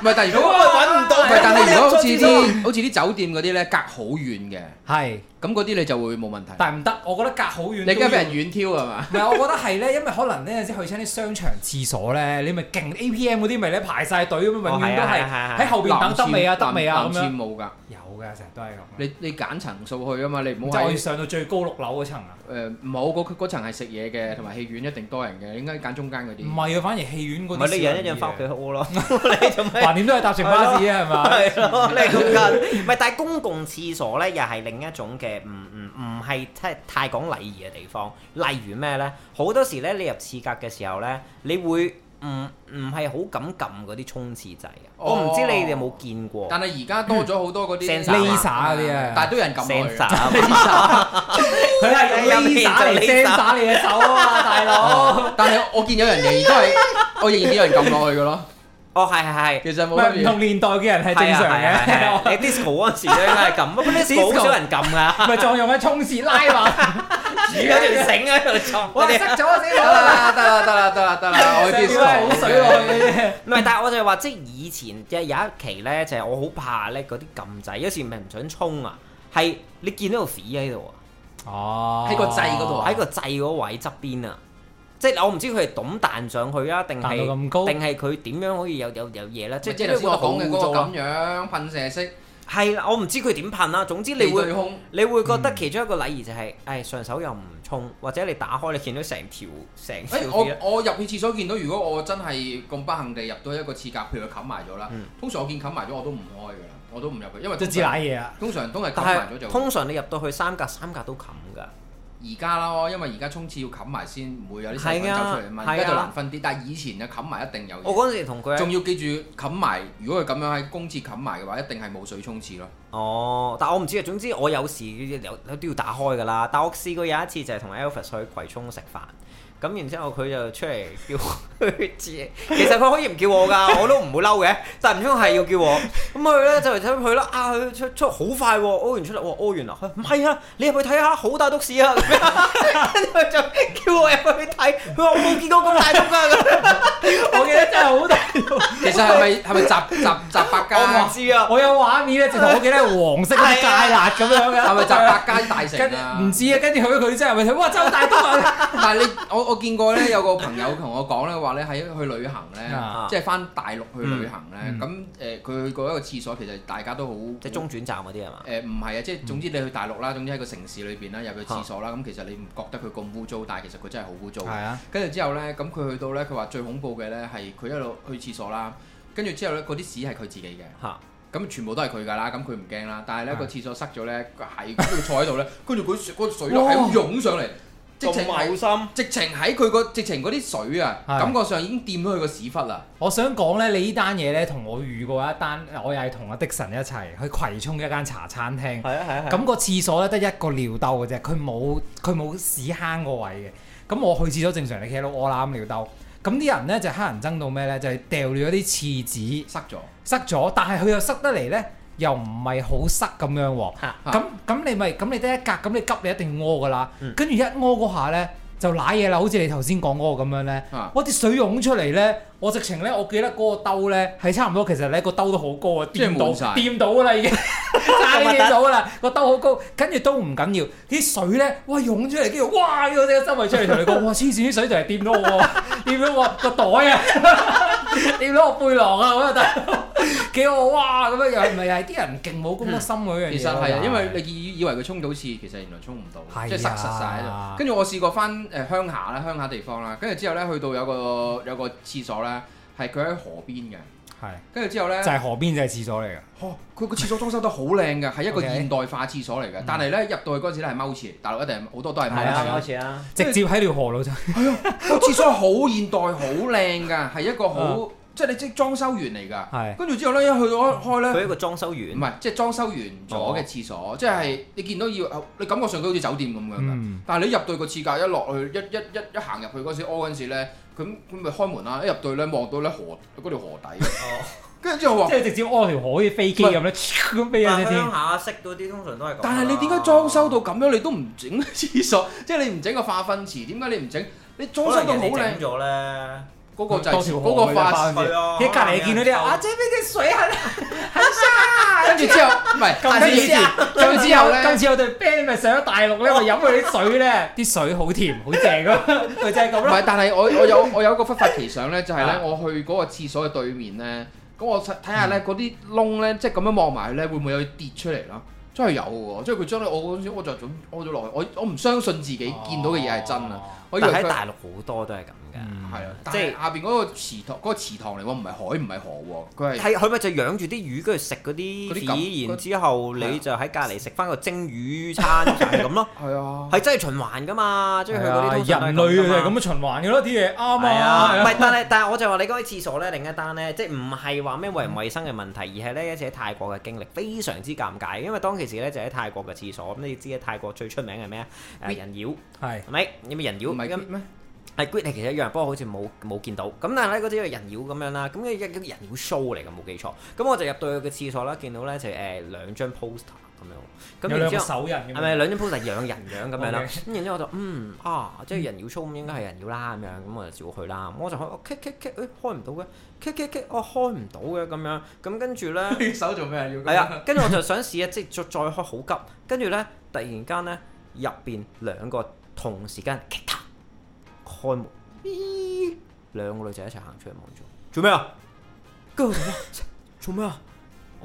[SPEAKER 3] 唔係，但係如果
[SPEAKER 4] 哇
[SPEAKER 2] 揾唔到
[SPEAKER 3] 唔係，但係如果好似
[SPEAKER 4] 我
[SPEAKER 3] 啲好似啲酒店嗰啲咧隔好遠嘅，
[SPEAKER 4] 係，
[SPEAKER 3] 咁嗰啲你就會冇問題。
[SPEAKER 4] 但係唔得，我覺得隔好遠
[SPEAKER 3] 你
[SPEAKER 4] 都要。
[SPEAKER 3] 驚俾人遠挑係嘛？
[SPEAKER 4] 唔係，我覺得係咧，因為可能呢有陣時去親啲商場廁所咧，你咪勁 APM 嗰啲咪咧排晒隊咁，永
[SPEAKER 2] 哦係
[SPEAKER 4] 遠都
[SPEAKER 2] 啊係
[SPEAKER 4] 係
[SPEAKER 2] 啊係啊
[SPEAKER 4] 喺後邊等得未啊，得
[SPEAKER 3] 男廁
[SPEAKER 4] 未啊咁
[SPEAKER 3] 男
[SPEAKER 4] 樣
[SPEAKER 3] 廁。冇㗎，
[SPEAKER 4] 有㗎，成日都係咁。
[SPEAKER 3] 你你揀層數去啊嘛，你唔
[SPEAKER 4] 就
[SPEAKER 3] 好
[SPEAKER 4] 係
[SPEAKER 3] 喺
[SPEAKER 4] 要。上到最高六樓嗰層啊！
[SPEAKER 3] 誒唔好嗰嗰層係食嘢嘅，同埋戲院一定多人嘅，應該揀中間嗰
[SPEAKER 4] 唔
[SPEAKER 3] 啲。
[SPEAKER 4] 係啊，反而戲院嗰
[SPEAKER 2] 唔係
[SPEAKER 4] 啲
[SPEAKER 2] 你忍一忍翻屋企
[SPEAKER 4] 少人
[SPEAKER 2] 屙咯，你做
[SPEAKER 4] 啲嘅
[SPEAKER 2] 咩？
[SPEAKER 4] 橫掂都係搭乘巴士啊，係嘛？
[SPEAKER 2] 係咯，你咁近，唔係，但係公共廁所咧，又係另一種嘅，唔唔唔係太太講禮儀嘅地方。例如咩咧？好多時咧，你入廁格嘅時候咧，你會唔唔係好敢撳嗰啲沖廁掣嘅。我唔知你哋有冇見過。
[SPEAKER 3] 但係而家多咗好多嗰 啲
[SPEAKER 2] Sensor 啊
[SPEAKER 4] Laser 嗰啲啊
[SPEAKER 3] 但係都有人撳落去
[SPEAKER 2] Sensor
[SPEAKER 3] 啊。
[SPEAKER 2] 啊
[SPEAKER 4] 佢係用 laser 嚟 sensor 你嘅手啊 嘛，大佬。
[SPEAKER 3] 但係我見有人仍 然都係，我仍然見有人撳落去嘅咯。
[SPEAKER 2] 哦，係係係。
[SPEAKER 3] 其實
[SPEAKER 4] 唔
[SPEAKER 3] 冇
[SPEAKER 4] 係唔
[SPEAKER 3] 乜
[SPEAKER 4] 同
[SPEAKER 3] 嘢。
[SPEAKER 4] 年代嘅人係正
[SPEAKER 2] à,
[SPEAKER 4] 常
[SPEAKER 2] 係啊係啊係啊
[SPEAKER 4] 嘅，
[SPEAKER 2] 你 disco 嗰陣時咧應該係咁，不過 disco 好少人撳噶，
[SPEAKER 4] 咪仲用緊衝刺拉 嘛？
[SPEAKER 2] 有條繩喺度撞。
[SPEAKER 4] 哇！塞咗啊死
[SPEAKER 3] 得
[SPEAKER 4] 佬啦！
[SPEAKER 3] 啦得啦得啦得啦得啦，我去
[SPEAKER 4] 成
[SPEAKER 3] disco
[SPEAKER 4] 條係好水落去嘅啫。
[SPEAKER 3] 嗯
[SPEAKER 2] 唔係，但係我就係話，即係以前嘅有一期咧，就係我好怕咧嗰啲撳掣，有時唔係唔想衝啊，係你見到個ฝี喺度
[SPEAKER 4] 哦
[SPEAKER 3] 喺個掣嗰度
[SPEAKER 2] 啊，喺個掣嗰位側邊啊，即係我唔知佢係抌彈上去啊，定係
[SPEAKER 4] 彈到咁高
[SPEAKER 2] 定係佢點樣可以有有有嘢咧？即
[SPEAKER 3] 即
[SPEAKER 2] 係即
[SPEAKER 3] 係頭
[SPEAKER 2] 係
[SPEAKER 3] 先我講嘅嗰個啊
[SPEAKER 2] 咁
[SPEAKER 3] 咁樣噴射式，
[SPEAKER 2] 啊係啦，我唔知佢點噴啦。總之你
[SPEAKER 3] 你
[SPEAKER 2] 會
[SPEAKER 3] 對。空
[SPEAKER 2] 你會覺得其中一個禮儀就係、誒、上手又唔衝，或者你打開你見到成條成條啊
[SPEAKER 3] 誒，我我入去廁所見到，如果我真係咁不幸地入到一個廁格，譬如佢冚埋咗啦
[SPEAKER 2] 嗯，
[SPEAKER 3] 通常我見冚埋咗我都唔開㗎啦，我都唔入去，因為
[SPEAKER 4] 即係知賴嘢啊！
[SPEAKER 3] 通常都係冚埋
[SPEAKER 2] 但
[SPEAKER 3] 咗就
[SPEAKER 2] 係
[SPEAKER 3] 會。
[SPEAKER 2] 通常你入到去三格，三格都冚㗎。
[SPEAKER 3] 而家啦，因為而家沖廁要冚埋先，唔會有啲細
[SPEAKER 2] 係
[SPEAKER 3] 菌走
[SPEAKER 2] 啊
[SPEAKER 3] 出嚟嘛。
[SPEAKER 2] 係啊
[SPEAKER 3] 而家就難分啲，但係以前就冚埋一定有
[SPEAKER 2] 我
[SPEAKER 3] 嘢。
[SPEAKER 2] 嗰陣時同佢
[SPEAKER 3] 仲要記住冚埋，如果佢咁樣喺公廁冚埋嘅話，一定係冇水沖廁咯。
[SPEAKER 2] 哦，但我唔知啊。總之我有時有有都要打開㗎啦。但我試過有一次就係同 Elvis 去葵涌食飯，咁然之後佢就出嚟叫我 去接。其實佢可以唔叫我 㗎，我都唔會嬲嘅。但唔知係要叫我，咁佢咧就嚟走去啦。啊，佢出出好快喎，屙完出嚟，我屙完啦。佢話唔係啊，你入去睇下，好大篤屎啊！咁樣跟住佢就叫我入去睇，佢話我冇見過咁大篤啊！咁樣
[SPEAKER 4] 我記得真係好大，
[SPEAKER 3] 其實係咪係咪集集集 百
[SPEAKER 2] 我
[SPEAKER 3] 家
[SPEAKER 2] 唔？知啊，
[SPEAKER 4] 我有畫面咧，直頭我記得係黃色嗰啲芥辣咁樣嘅，
[SPEAKER 3] 係咪集百家大
[SPEAKER 4] 跟
[SPEAKER 3] 成啊？
[SPEAKER 4] 唔知啊，跟住佢佢真係咪睇哇周大東啊！
[SPEAKER 3] 但係你我我見過咧，有個朋友同我講咧話咧喺去旅行咧
[SPEAKER 4] 啊，
[SPEAKER 3] 即係翻大陸去旅行咧，
[SPEAKER 4] 嗯
[SPEAKER 3] 咁誒佢去過一個廁所，其實大家都好
[SPEAKER 2] 即係中轉站嗰啲係嘛？
[SPEAKER 3] 誒唔係啊，即係總之你去大陸啦，總之喺個城市裏邊啦，入去廁所啦，咁其實你唔覺得佢咁污糟，但係其實佢真 係好污糟。
[SPEAKER 4] 啊，
[SPEAKER 3] 跟住之後咧，咁佢去到咧，佢話最恐怖嘅咧係佢一路去廁所啦，跟住之後咧嗰啲屎係佢自己嘅，
[SPEAKER 2] 嚇
[SPEAKER 3] 咁全部都係佢㗎啦，咁佢唔驚啦。但係咧
[SPEAKER 4] 啊
[SPEAKER 3] 個廁所塞咗咧，佢係佢坐喺度咧，跟住佢水嗰個水咧係咁湧上嚟，直情係
[SPEAKER 2] 心，
[SPEAKER 3] 直情喺佢個直情嗰啲水啊，
[SPEAKER 4] 係
[SPEAKER 3] 感覺上已經掂到佢個屎忽啦。
[SPEAKER 4] 我想講咧，你呢單嘢咧同我遇過一單，我又係同阿迪神一齊去葵涌一間茶餐廳。
[SPEAKER 2] 係啊係啊係啊。
[SPEAKER 4] 咁個廁所咧得一個尿兜嘅啫，佢冇佢冇屎坑個位嘅。咁我去廁所正常，你企喺度屙啦咁尿兜。咁啲人咧就黑人憎到咩咧？就係掉咗啲廁紙
[SPEAKER 3] 塞咗，
[SPEAKER 4] 塞咗，但係佢又塞得嚟咧，又唔係好塞咁樣喎。
[SPEAKER 2] 嚇
[SPEAKER 3] 嚇
[SPEAKER 4] 咁咁你咪咁你得一格，咁你急你一定要屙噶啦
[SPEAKER 2] 嗯。
[SPEAKER 4] 跟住一屙嗰下咧就瀨嘢啦，好似你頭先講嗰個咁樣咧
[SPEAKER 3] 啊，
[SPEAKER 4] 我啲水湧出嚟咧，我直情咧，我記得嗰個兜咧係差唔多，其實咧個兜都好高啊，
[SPEAKER 3] 即係
[SPEAKER 4] 掂到
[SPEAKER 3] 滿晒
[SPEAKER 4] 掂到噶啦 已經，差啲掂到噶啦，個兜好高，跟住都唔緊要，啲水咧哇湧出嚟，跟住哇嗰啲周圍出嚟同你講，哇黐線啲水就係掂到我喎， 掂到我個袋啊，掂到我背囊啊咁啊大佬，幾好哇咁樣又係咪係啲人勁冇公德心嗰樣嘢？
[SPEAKER 3] 其實係啊，因為你以以為佢沖到廁，其實原來沖唔
[SPEAKER 4] 係啊
[SPEAKER 3] 到，即係塞實晒喺度。跟住我試過翻誒鄉下啦，鄉下地方啦，跟住之後咧去到有個有個廁所咧，係佢喺河邊嘅，
[SPEAKER 4] 係。
[SPEAKER 3] 跟住之後咧，
[SPEAKER 4] 就係河邊就係廁所嚟㗎，
[SPEAKER 3] 哦佢個廁所裝修得好靚嘅，係一個
[SPEAKER 4] OK
[SPEAKER 3] 現代化廁所嚟嘅。但係咧入到去嗰陣時咧係踎廁，大陸一定係好多都係踎
[SPEAKER 2] 係啊，
[SPEAKER 3] 廁
[SPEAKER 2] 開。始啊，
[SPEAKER 4] 直接喺條河度就
[SPEAKER 3] 個廁所好現代，好靚㗎，係一個好即係你即係裝修完嚟㗎。
[SPEAKER 4] 係
[SPEAKER 3] 跟住之後咧一去到開咧。
[SPEAKER 2] 佢一個裝修
[SPEAKER 3] 唔
[SPEAKER 2] 員，
[SPEAKER 3] 係，即係裝修完咗嘅廁所，即係你見到要，哦你感覺上佢好似酒店咁樣嘅。
[SPEAKER 4] 嗯
[SPEAKER 3] 但係你入到個廁格一落去，一一一一行入去嗰時屙嗰時咧，咁咁咪開門啦，一入到咧望到咧河嗰條河底，
[SPEAKER 2] 哦
[SPEAKER 3] 跟住之後
[SPEAKER 4] 即
[SPEAKER 3] 話，
[SPEAKER 4] 係直接屙條河好似飛機咁咧，咁飛咗
[SPEAKER 2] 但
[SPEAKER 4] 隻
[SPEAKER 2] 係鄉
[SPEAKER 4] 天。
[SPEAKER 2] 下識嗰啲通常都係咁。
[SPEAKER 3] 但係你點解裝修到？咁樣你都唔整廁所？即係你唔整個化糞池，點解你唔整？你裝
[SPEAKER 2] 可
[SPEAKER 3] 修
[SPEAKER 2] 能
[SPEAKER 3] 到好
[SPEAKER 2] 人哋
[SPEAKER 3] 靚
[SPEAKER 2] 整，咗咧，
[SPEAKER 3] 嗰個就
[SPEAKER 4] 多
[SPEAKER 3] 係
[SPEAKER 4] 條河
[SPEAKER 3] 嗰個化，
[SPEAKER 2] 係啊，
[SPEAKER 4] 喺隔離見到啲人啊，
[SPEAKER 2] 即
[SPEAKER 4] 即係邊啲水係
[SPEAKER 3] 啊跟住之後唔係，
[SPEAKER 4] 咁啊
[SPEAKER 3] 跟住之後跟
[SPEAKER 4] 今
[SPEAKER 3] 住
[SPEAKER 4] 次
[SPEAKER 3] 之後
[SPEAKER 4] 有今
[SPEAKER 3] 咧，
[SPEAKER 4] 次有隊 band 咪上咗大陸咧，我飲佢啲水咧，啲水好甜好正咁，咪就係咁
[SPEAKER 3] 唔
[SPEAKER 4] 咯。
[SPEAKER 3] 係，但係 我我有我有一個忽發奇想咧，就係
[SPEAKER 4] 啊
[SPEAKER 3] 咧，我去嗰個廁所嘅對面咧，咁我睇睇下咧
[SPEAKER 2] 嗯
[SPEAKER 3] 嗰啲窿咧，即係咁樣望埋去咧，會唔會有跌出嚟啦？真係有喎，即係佢將咧我嗰陣時我就咁屙咗落去，我我唔相信自己見到嘅嘢係真啊！我以為
[SPEAKER 2] 哦但
[SPEAKER 3] 佢
[SPEAKER 2] 喺大陸好多都係咁
[SPEAKER 4] Ừ.
[SPEAKER 2] 嘅。
[SPEAKER 3] 係啊，
[SPEAKER 2] 即
[SPEAKER 3] 即
[SPEAKER 2] 係
[SPEAKER 3] 係下邊嗰個池塘，嗰個池塘嚟喎，唔係海唔係河喎，佢係
[SPEAKER 2] 係佢咪就養住啲魚，跟住食嗰
[SPEAKER 3] 嗰
[SPEAKER 2] 啲
[SPEAKER 3] 啲咁
[SPEAKER 2] 魚，然之後
[SPEAKER 3] 係
[SPEAKER 2] 你
[SPEAKER 3] 啊
[SPEAKER 2] 就喺隔離食翻個蒸魚餐，就係咁 咯。
[SPEAKER 3] 係啊，
[SPEAKER 2] 係真係循環噶嘛，即係佢嗰啲通常
[SPEAKER 4] 啊人
[SPEAKER 2] 都係
[SPEAKER 4] 類就
[SPEAKER 2] 㗎嘛
[SPEAKER 4] 係咁樣循環嘅咯，啲嘢啱
[SPEAKER 2] 係啊，唔
[SPEAKER 4] 啊
[SPEAKER 2] 係，。但係但係我就話你講起廁所咧，另一單咧，即係唔係話咩衞唔衞生嘅問題，而係咧一次喺泰國嘅經歷非常之尷尬，因為當其時咧就喺泰國嘅廁所，咁你知嘅啊泰國最出名係咩啊？誒人妖
[SPEAKER 4] 係
[SPEAKER 2] 係咪？有咩人妖？
[SPEAKER 3] 唔係
[SPEAKER 2] 咁
[SPEAKER 3] 咩？
[SPEAKER 2] 係 Great 其實一樣，不過好似冇冇見到。咁但係咧嗰啲係人妖咁樣啦，咁嘅一個人妖 show 嚟嘅，冇記錯。咁我就入到去個廁所啦，見到咧就誒、兩張 poster 咁樣，咁
[SPEAKER 4] 有
[SPEAKER 2] 然
[SPEAKER 4] 兩
[SPEAKER 2] 之
[SPEAKER 4] 個
[SPEAKER 2] 後。
[SPEAKER 4] 手人咁
[SPEAKER 2] 係咪
[SPEAKER 4] 樣。
[SPEAKER 2] 兩張 poster 養人樣咁樣啦？
[SPEAKER 4] OK
[SPEAKER 2] 咁然之後我就嗯啊，即係人妖 show 咁應該係人妖啦咁樣，咁我就照去啦。咁我就開，我 kick kick kick，誒開唔到嘅，kick kick kick，我開唔到嘅咁樣。咁跟住咧。
[SPEAKER 3] 你手做咩啊？要
[SPEAKER 2] 係啊，跟住我就想試啊，即係再 再開好急，跟住咧突然間咧入邊兩個同時間咔嗒開門，咦兩個女仔一齊行出嚟望住我，做咩啊？跟住我就哇做咩啊？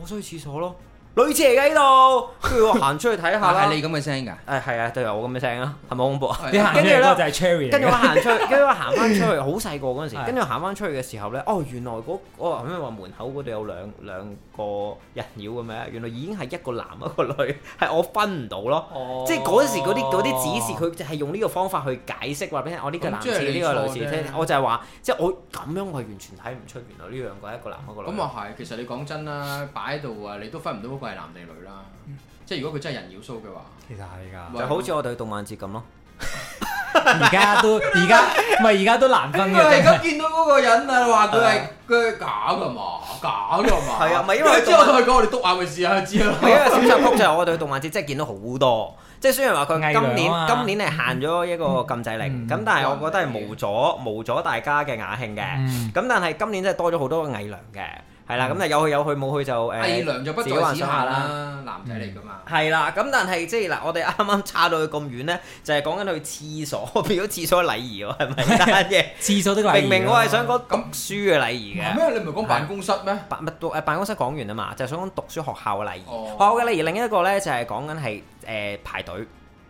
[SPEAKER 2] 我想去廁所咯，啊女仔嚟嘅呢度，跟住我行出去睇下
[SPEAKER 3] 但
[SPEAKER 2] 啦
[SPEAKER 3] 係。你咁嘅聲㗎，
[SPEAKER 2] 誒係啊，對啊，我咁嘅聲啊，係咪好恐怖啊？
[SPEAKER 4] 你行出嚟嗰個就係 Cherry 嚟
[SPEAKER 2] 跟住我
[SPEAKER 4] 嘅。
[SPEAKER 2] 行 出去，跟住我行翻出去，好細個嗰陣時，
[SPEAKER 4] 係
[SPEAKER 2] 跟住我行翻出去嘅時候咧，哦，原來嗰我頭先話門口嗰度有兩兩個人妖咁樣，原來已經係一個男一個女， 係我分唔到咯。
[SPEAKER 3] 哦
[SPEAKER 2] 即係嗰陣時嗰啲嗰啲指示，
[SPEAKER 4] 哦
[SPEAKER 2] 佢就係用呢個方法去解釋話俾你聽，我呢個男
[SPEAKER 3] 咁即係
[SPEAKER 2] 士，
[SPEAKER 3] 你
[SPEAKER 2] 呢個女
[SPEAKER 3] 錯
[SPEAKER 2] 士
[SPEAKER 3] 啫，
[SPEAKER 2] 我就係話，即係我咁樣，我係完全睇唔出原來呢兩個係一個男一個女。
[SPEAKER 3] 咁啊係，其實你講真啦，擺喺度啊，你都分唔到嗰個係男定女啦。
[SPEAKER 2] 嗯
[SPEAKER 3] 即係如果佢真係人妖 show 嘅話。
[SPEAKER 4] 其實 係㗎。
[SPEAKER 2] 就好似我哋去動漫節咁咯。
[SPEAKER 4] 而家都而家唔係而家都難分
[SPEAKER 3] 我係
[SPEAKER 4] 嘅。
[SPEAKER 3] 咁見到嗰個人啊，話佢係佢係假噶嘛，假噶嘛。
[SPEAKER 2] 係啊唔係因為
[SPEAKER 3] 之後同佢講，我哋篤眼去試下就知啦。啊
[SPEAKER 2] 係因為小插曲就係我哋去動漫節真係見到好多，即係雖然話佢今
[SPEAKER 4] 偽
[SPEAKER 2] 年
[SPEAKER 4] 娘啊嘛
[SPEAKER 2] 今年係限咗一個禁制令，咁但係我覺得係無咗無咗大家嘅雅興嘅。
[SPEAKER 4] 嗯
[SPEAKER 2] 咁但係今年真係多咗好多偽娘嘅，係啦，咁就有去有去冇去就誒
[SPEAKER 3] 偽娘就哎
[SPEAKER 2] 啊
[SPEAKER 3] 不在
[SPEAKER 2] 自己幻
[SPEAKER 3] 此
[SPEAKER 2] 想
[SPEAKER 3] 下
[SPEAKER 2] 下啦。
[SPEAKER 3] 啦，男仔嚟噶嘛。
[SPEAKER 2] 係啦，咁但係即係嗱，我哋啱啱差到去咁遠咧，就係講緊去廁所 變咗廁所禮儀喎，係 咪呢單嘢？
[SPEAKER 4] 廁所的禮儀
[SPEAKER 2] 明明我係想講讀
[SPEAKER 3] 咁
[SPEAKER 2] 書嘅禮儀嘅。
[SPEAKER 3] 咩？你唔係講辦公室咩？
[SPEAKER 2] 辦乜都誒辦公室講完啊嘛，就係想講讀書學校嘅禮儀。
[SPEAKER 3] 哦
[SPEAKER 2] 學校嘅禮儀另一個咧就係講緊係誒排隊，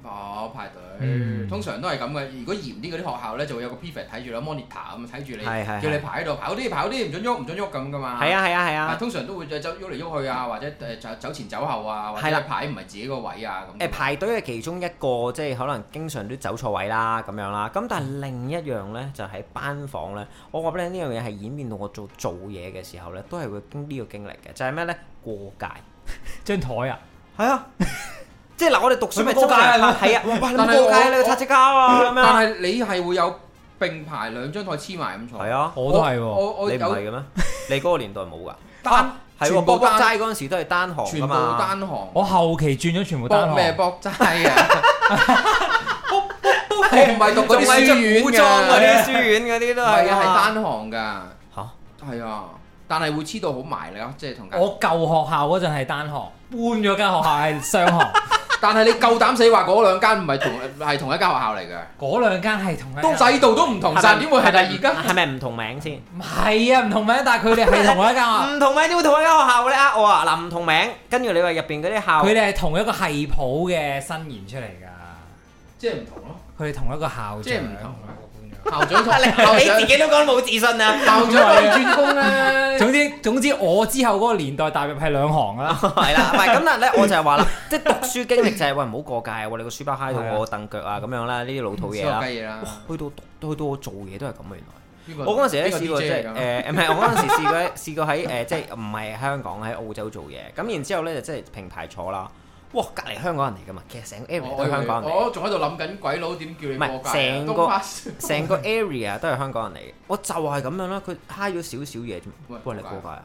[SPEAKER 3] 哦，排隊，
[SPEAKER 4] 嗯
[SPEAKER 3] 通常都係咁嘅。如果嚴啲嗰啲學校咧，就會有個 prefect 睇住啦，monitor 咁啊睇住你，
[SPEAKER 2] 係係係
[SPEAKER 3] 叫你排喺度，排好啲，排好啲，唔准喐，唔准喐咁噶嘛。
[SPEAKER 2] 係啊係啊係
[SPEAKER 3] 但
[SPEAKER 2] 啊，
[SPEAKER 3] 通常都會再走喐嚟喐去啊，或者誒走走前走後啊，或
[SPEAKER 2] 係
[SPEAKER 3] 者
[SPEAKER 2] 啦
[SPEAKER 3] 排唔係自己個位啊咁。
[SPEAKER 2] 誒排隊係其中一個，即係可能經常都走錯位啦咁樣啦。咁但係另一樣咧就喺班房咧，我話俾你聽呢樣嘢係演變到我做做嘢嘅時候咧，都係會經呢個經歷嘅，就係咩咧過界。
[SPEAKER 4] 張台啊，
[SPEAKER 2] 係啊，即係嗱，我哋讀書咪
[SPEAKER 4] 係咪過界啊
[SPEAKER 2] 真係係啊，哇！你
[SPEAKER 3] 但
[SPEAKER 2] 冇
[SPEAKER 3] 係
[SPEAKER 2] 過界
[SPEAKER 3] 我
[SPEAKER 2] 你要擦隻膠啊咁
[SPEAKER 3] 但
[SPEAKER 2] 樣。
[SPEAKER 3] 係你係會有並排兩張台黐埋咁坐。
[SPEAKER 2] 係啊，
[SPEAKER 4] 我都係喎。
[SPEAKER 3] 我我
[SPEAKER 2] 你唔係嘅
[SPEAKER 3] 有
[SPEAKER 2] 咩？你嗰個年代冇㗎。啊
[SPEAKER 3] 單
[SPEAKER 2] 係喎，
[SPEAKER 3] 全
[SPEAKER 2] 博
[SPEAKER 3] 部
[SPEAKER 2] 博
[SPEAKER 3] 單
[SPEAKER 2] 齋嗰陣時都係單行
[SPEAKER 3] 全
[SPEAKER 2] 噶
[SPEAKER 3] 部
[SPEAKER 2] 嘛，
[SPEAKER 3] 單行。
[SPEAKER 4] 我後期轉咗全部單
[SPEAKER 3] 博咩
[SPEAKER 4] 行，
[SPEAKER 3] 博齋啊？我唔係讀嗰啲書院
[SPEAKER 2] 古
[SPEAKER 3] 㗎
[SPEAKER 2] 裝嗰啲書院嗰啲都
[SPEAKER 3] 啊唔係
[SPEAKER 2] 係
[SPEAKER 3] 啊，係
[SPEAKER 2] 啊，
[SPEAKER 3] 單行㗎。
[SPEAKER 2] 嚇
[SPEAKER 3] 係啊，但係會黐到好埋你咯，即係同間。
[SPEAKER 4] 我舊學校嗰陣係單行，搬咗間學校係 雙行，
[SPEAKER 3] 但係你夠膽死話嗰兩間唔係同係同一間學校嚟嘅，
[SPEAKER 4] 嗰兩間係同一
[SPEAKER 3] 都
[SPEAKER 4] 間
[SPEAKER 3] 制度都唔同晒，點會係第二間？
[SPEAKER 2] 係咪唔同名先？
[SPEAKER 4] 唔係啊，唔同名，但係佢哋係同一間學校。
[SPEAKER 2] 唔同名點會同一間學校咧？呃我啊，嗱唔同名，跟住你話入邊嗰啲校
[SPEAKER 4] 佢，哋係同一個系譜嘅新言出嚟㗎，
[SPEAKER 3] 即係唔同咯，
[SPEAKER 4] 佢哋同一啊個校長，
[SPEAKER 3] 即係唔同校長同校
[SPEAKER 2] 你自
[SPEAKER 3] 長
[SPEAKER 2] 己都講得冇自信啊！
[SPEAKER 3] 校長可以轉工咧。
[SPEAKER 4] 總之總之，我之後嗰個年代大約係兩行 啦。
[SPEAKER 2] 係啦，唔係咁，但係咧，我就係話啦，即係讀書經歷就係喂唔好過界啊！喂你個書包揩
[SPEAKER 4] 係
[SPEAKER 2] 到
[SPEAKER 4] 啊
[SPEAKER 2] 我凳腳啊咁樣啦，呢啲老土嘢啦
[SPEAKER 3] 小學。雞嘢啦
[SPEAKER 2] 哇，去到讀，去到我做嘢都係咁啊！原來。
[SPEAKER 3] 呢個
[SPEAKER 2] 我嗰陣時咧
[SPEAKER 3] 呢個
[SPEAKER 2] 試過即
[SPEAKER 3] Vâng. DJ
[SPEAKER 2] 係
[SPEAKER 3] 嚟㗎
[SPEAKER 2] 誒唔係，我嗰陣時試過試過喺誒即係唔係香港喺澳洲做嘢，咁然之後咧就即係平排坐啦。哇！隔離香港人嚟噶嘛，其實成個 area
[SPEAKER 3] 我
[SPEAKER 2] 都係香港人嚟，
[SPEAKER 3] 我仲喺度諗緊鬼佬點叫你
[SPEAKER 2] 唔
[SPEAKER 3] 過
[SPEAKER 2] 係
[SPEAKER 3] 界啊，
[SPEAKER 2] 成個
[SPEAKER 3] 東巴士
[SPEAKER 2] 成個 area 都係香港人嚟嘅。我就係咁樣啦，佢揩咗少少嘢啫嘛，
[SPEAKER 3] 喂
[SPEAKER 2] 喂你過界啊！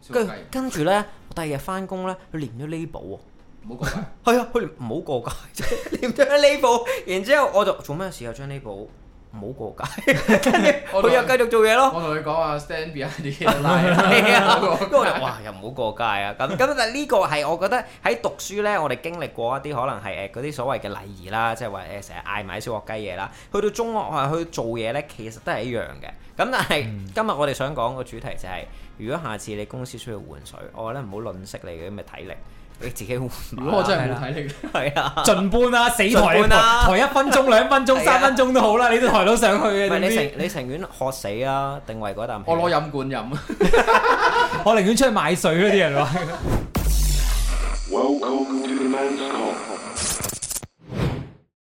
[SPEAKER 3] 小學
[SPEAKER 2] 跟
[SPEAKER 3] 雞
[SPEAKER 2] 跟住咧，我第二日翻工咧，佢連咗 label 喎。
[SPEAKER 3] 唔好過界。
[SPEAKER 2] 係啊，佢連唔好過界， 連張 label，然之後我就做咩事啊？張 label 唔好過界，跟住
[SPEAKER 3] 我同
[SPEAKER 2] 佢又繼續做嘢咯。
[SPEAKER 3] 我同你講啊，stand behind 啲嘢 拉
[SPEAKER 2] 係 啊，
[SPEAKER 3] 啊，
[SPEAKER 2] 跟住我就哇又唔好過界啊！ 咁咁但係呢個係我覺得喺讀書咧，我哋經歷過一啲可能係誒嗰啲所謂嘅禮儀啦，即係話誒成日嗌埋啲小學雞嘢啦。去到中學啊，去做嘢咧，其實都係一樣嘅。咁但係
[SPEAKER 3] 嗯
[SPEAKER 2] 今日我哋想講個主題就係，如果下次你公司需要換水，我覺得唔好吝嗇你嘅咁嘅體力，你自己換吧。
[SPEAKER 3] 如果我真係冇睇你，
[SPEAKER 2] 啊係 啊。
[SPEAKER 4] 盡搬啦，死
[SPEAKER 2] 盡
[SPEAKER 4] 抬你
[SPEAKER 2] 搬啦
[SPEAKER 4] 抬一分鐘、兩分
[SPEAKER 2] 係啊
[SPEAKER 4] 鐘、三分鐘都好啦，你都抬到上去嘅。
[SPEAKER 2] 唔係
[SPEAKER 4] 總
[SPEAKER 2] 你
[SPEAKER 4] 之
[SPEAKER 2] 情你情願渴死啊，定為嗰啖氣？
[SPEAKER 3] 我攞飲管飲。
[SPEAKER 4] 我寧願出去買水嗰啲人話。
[SPEAKER 1] Welcome to the man's call.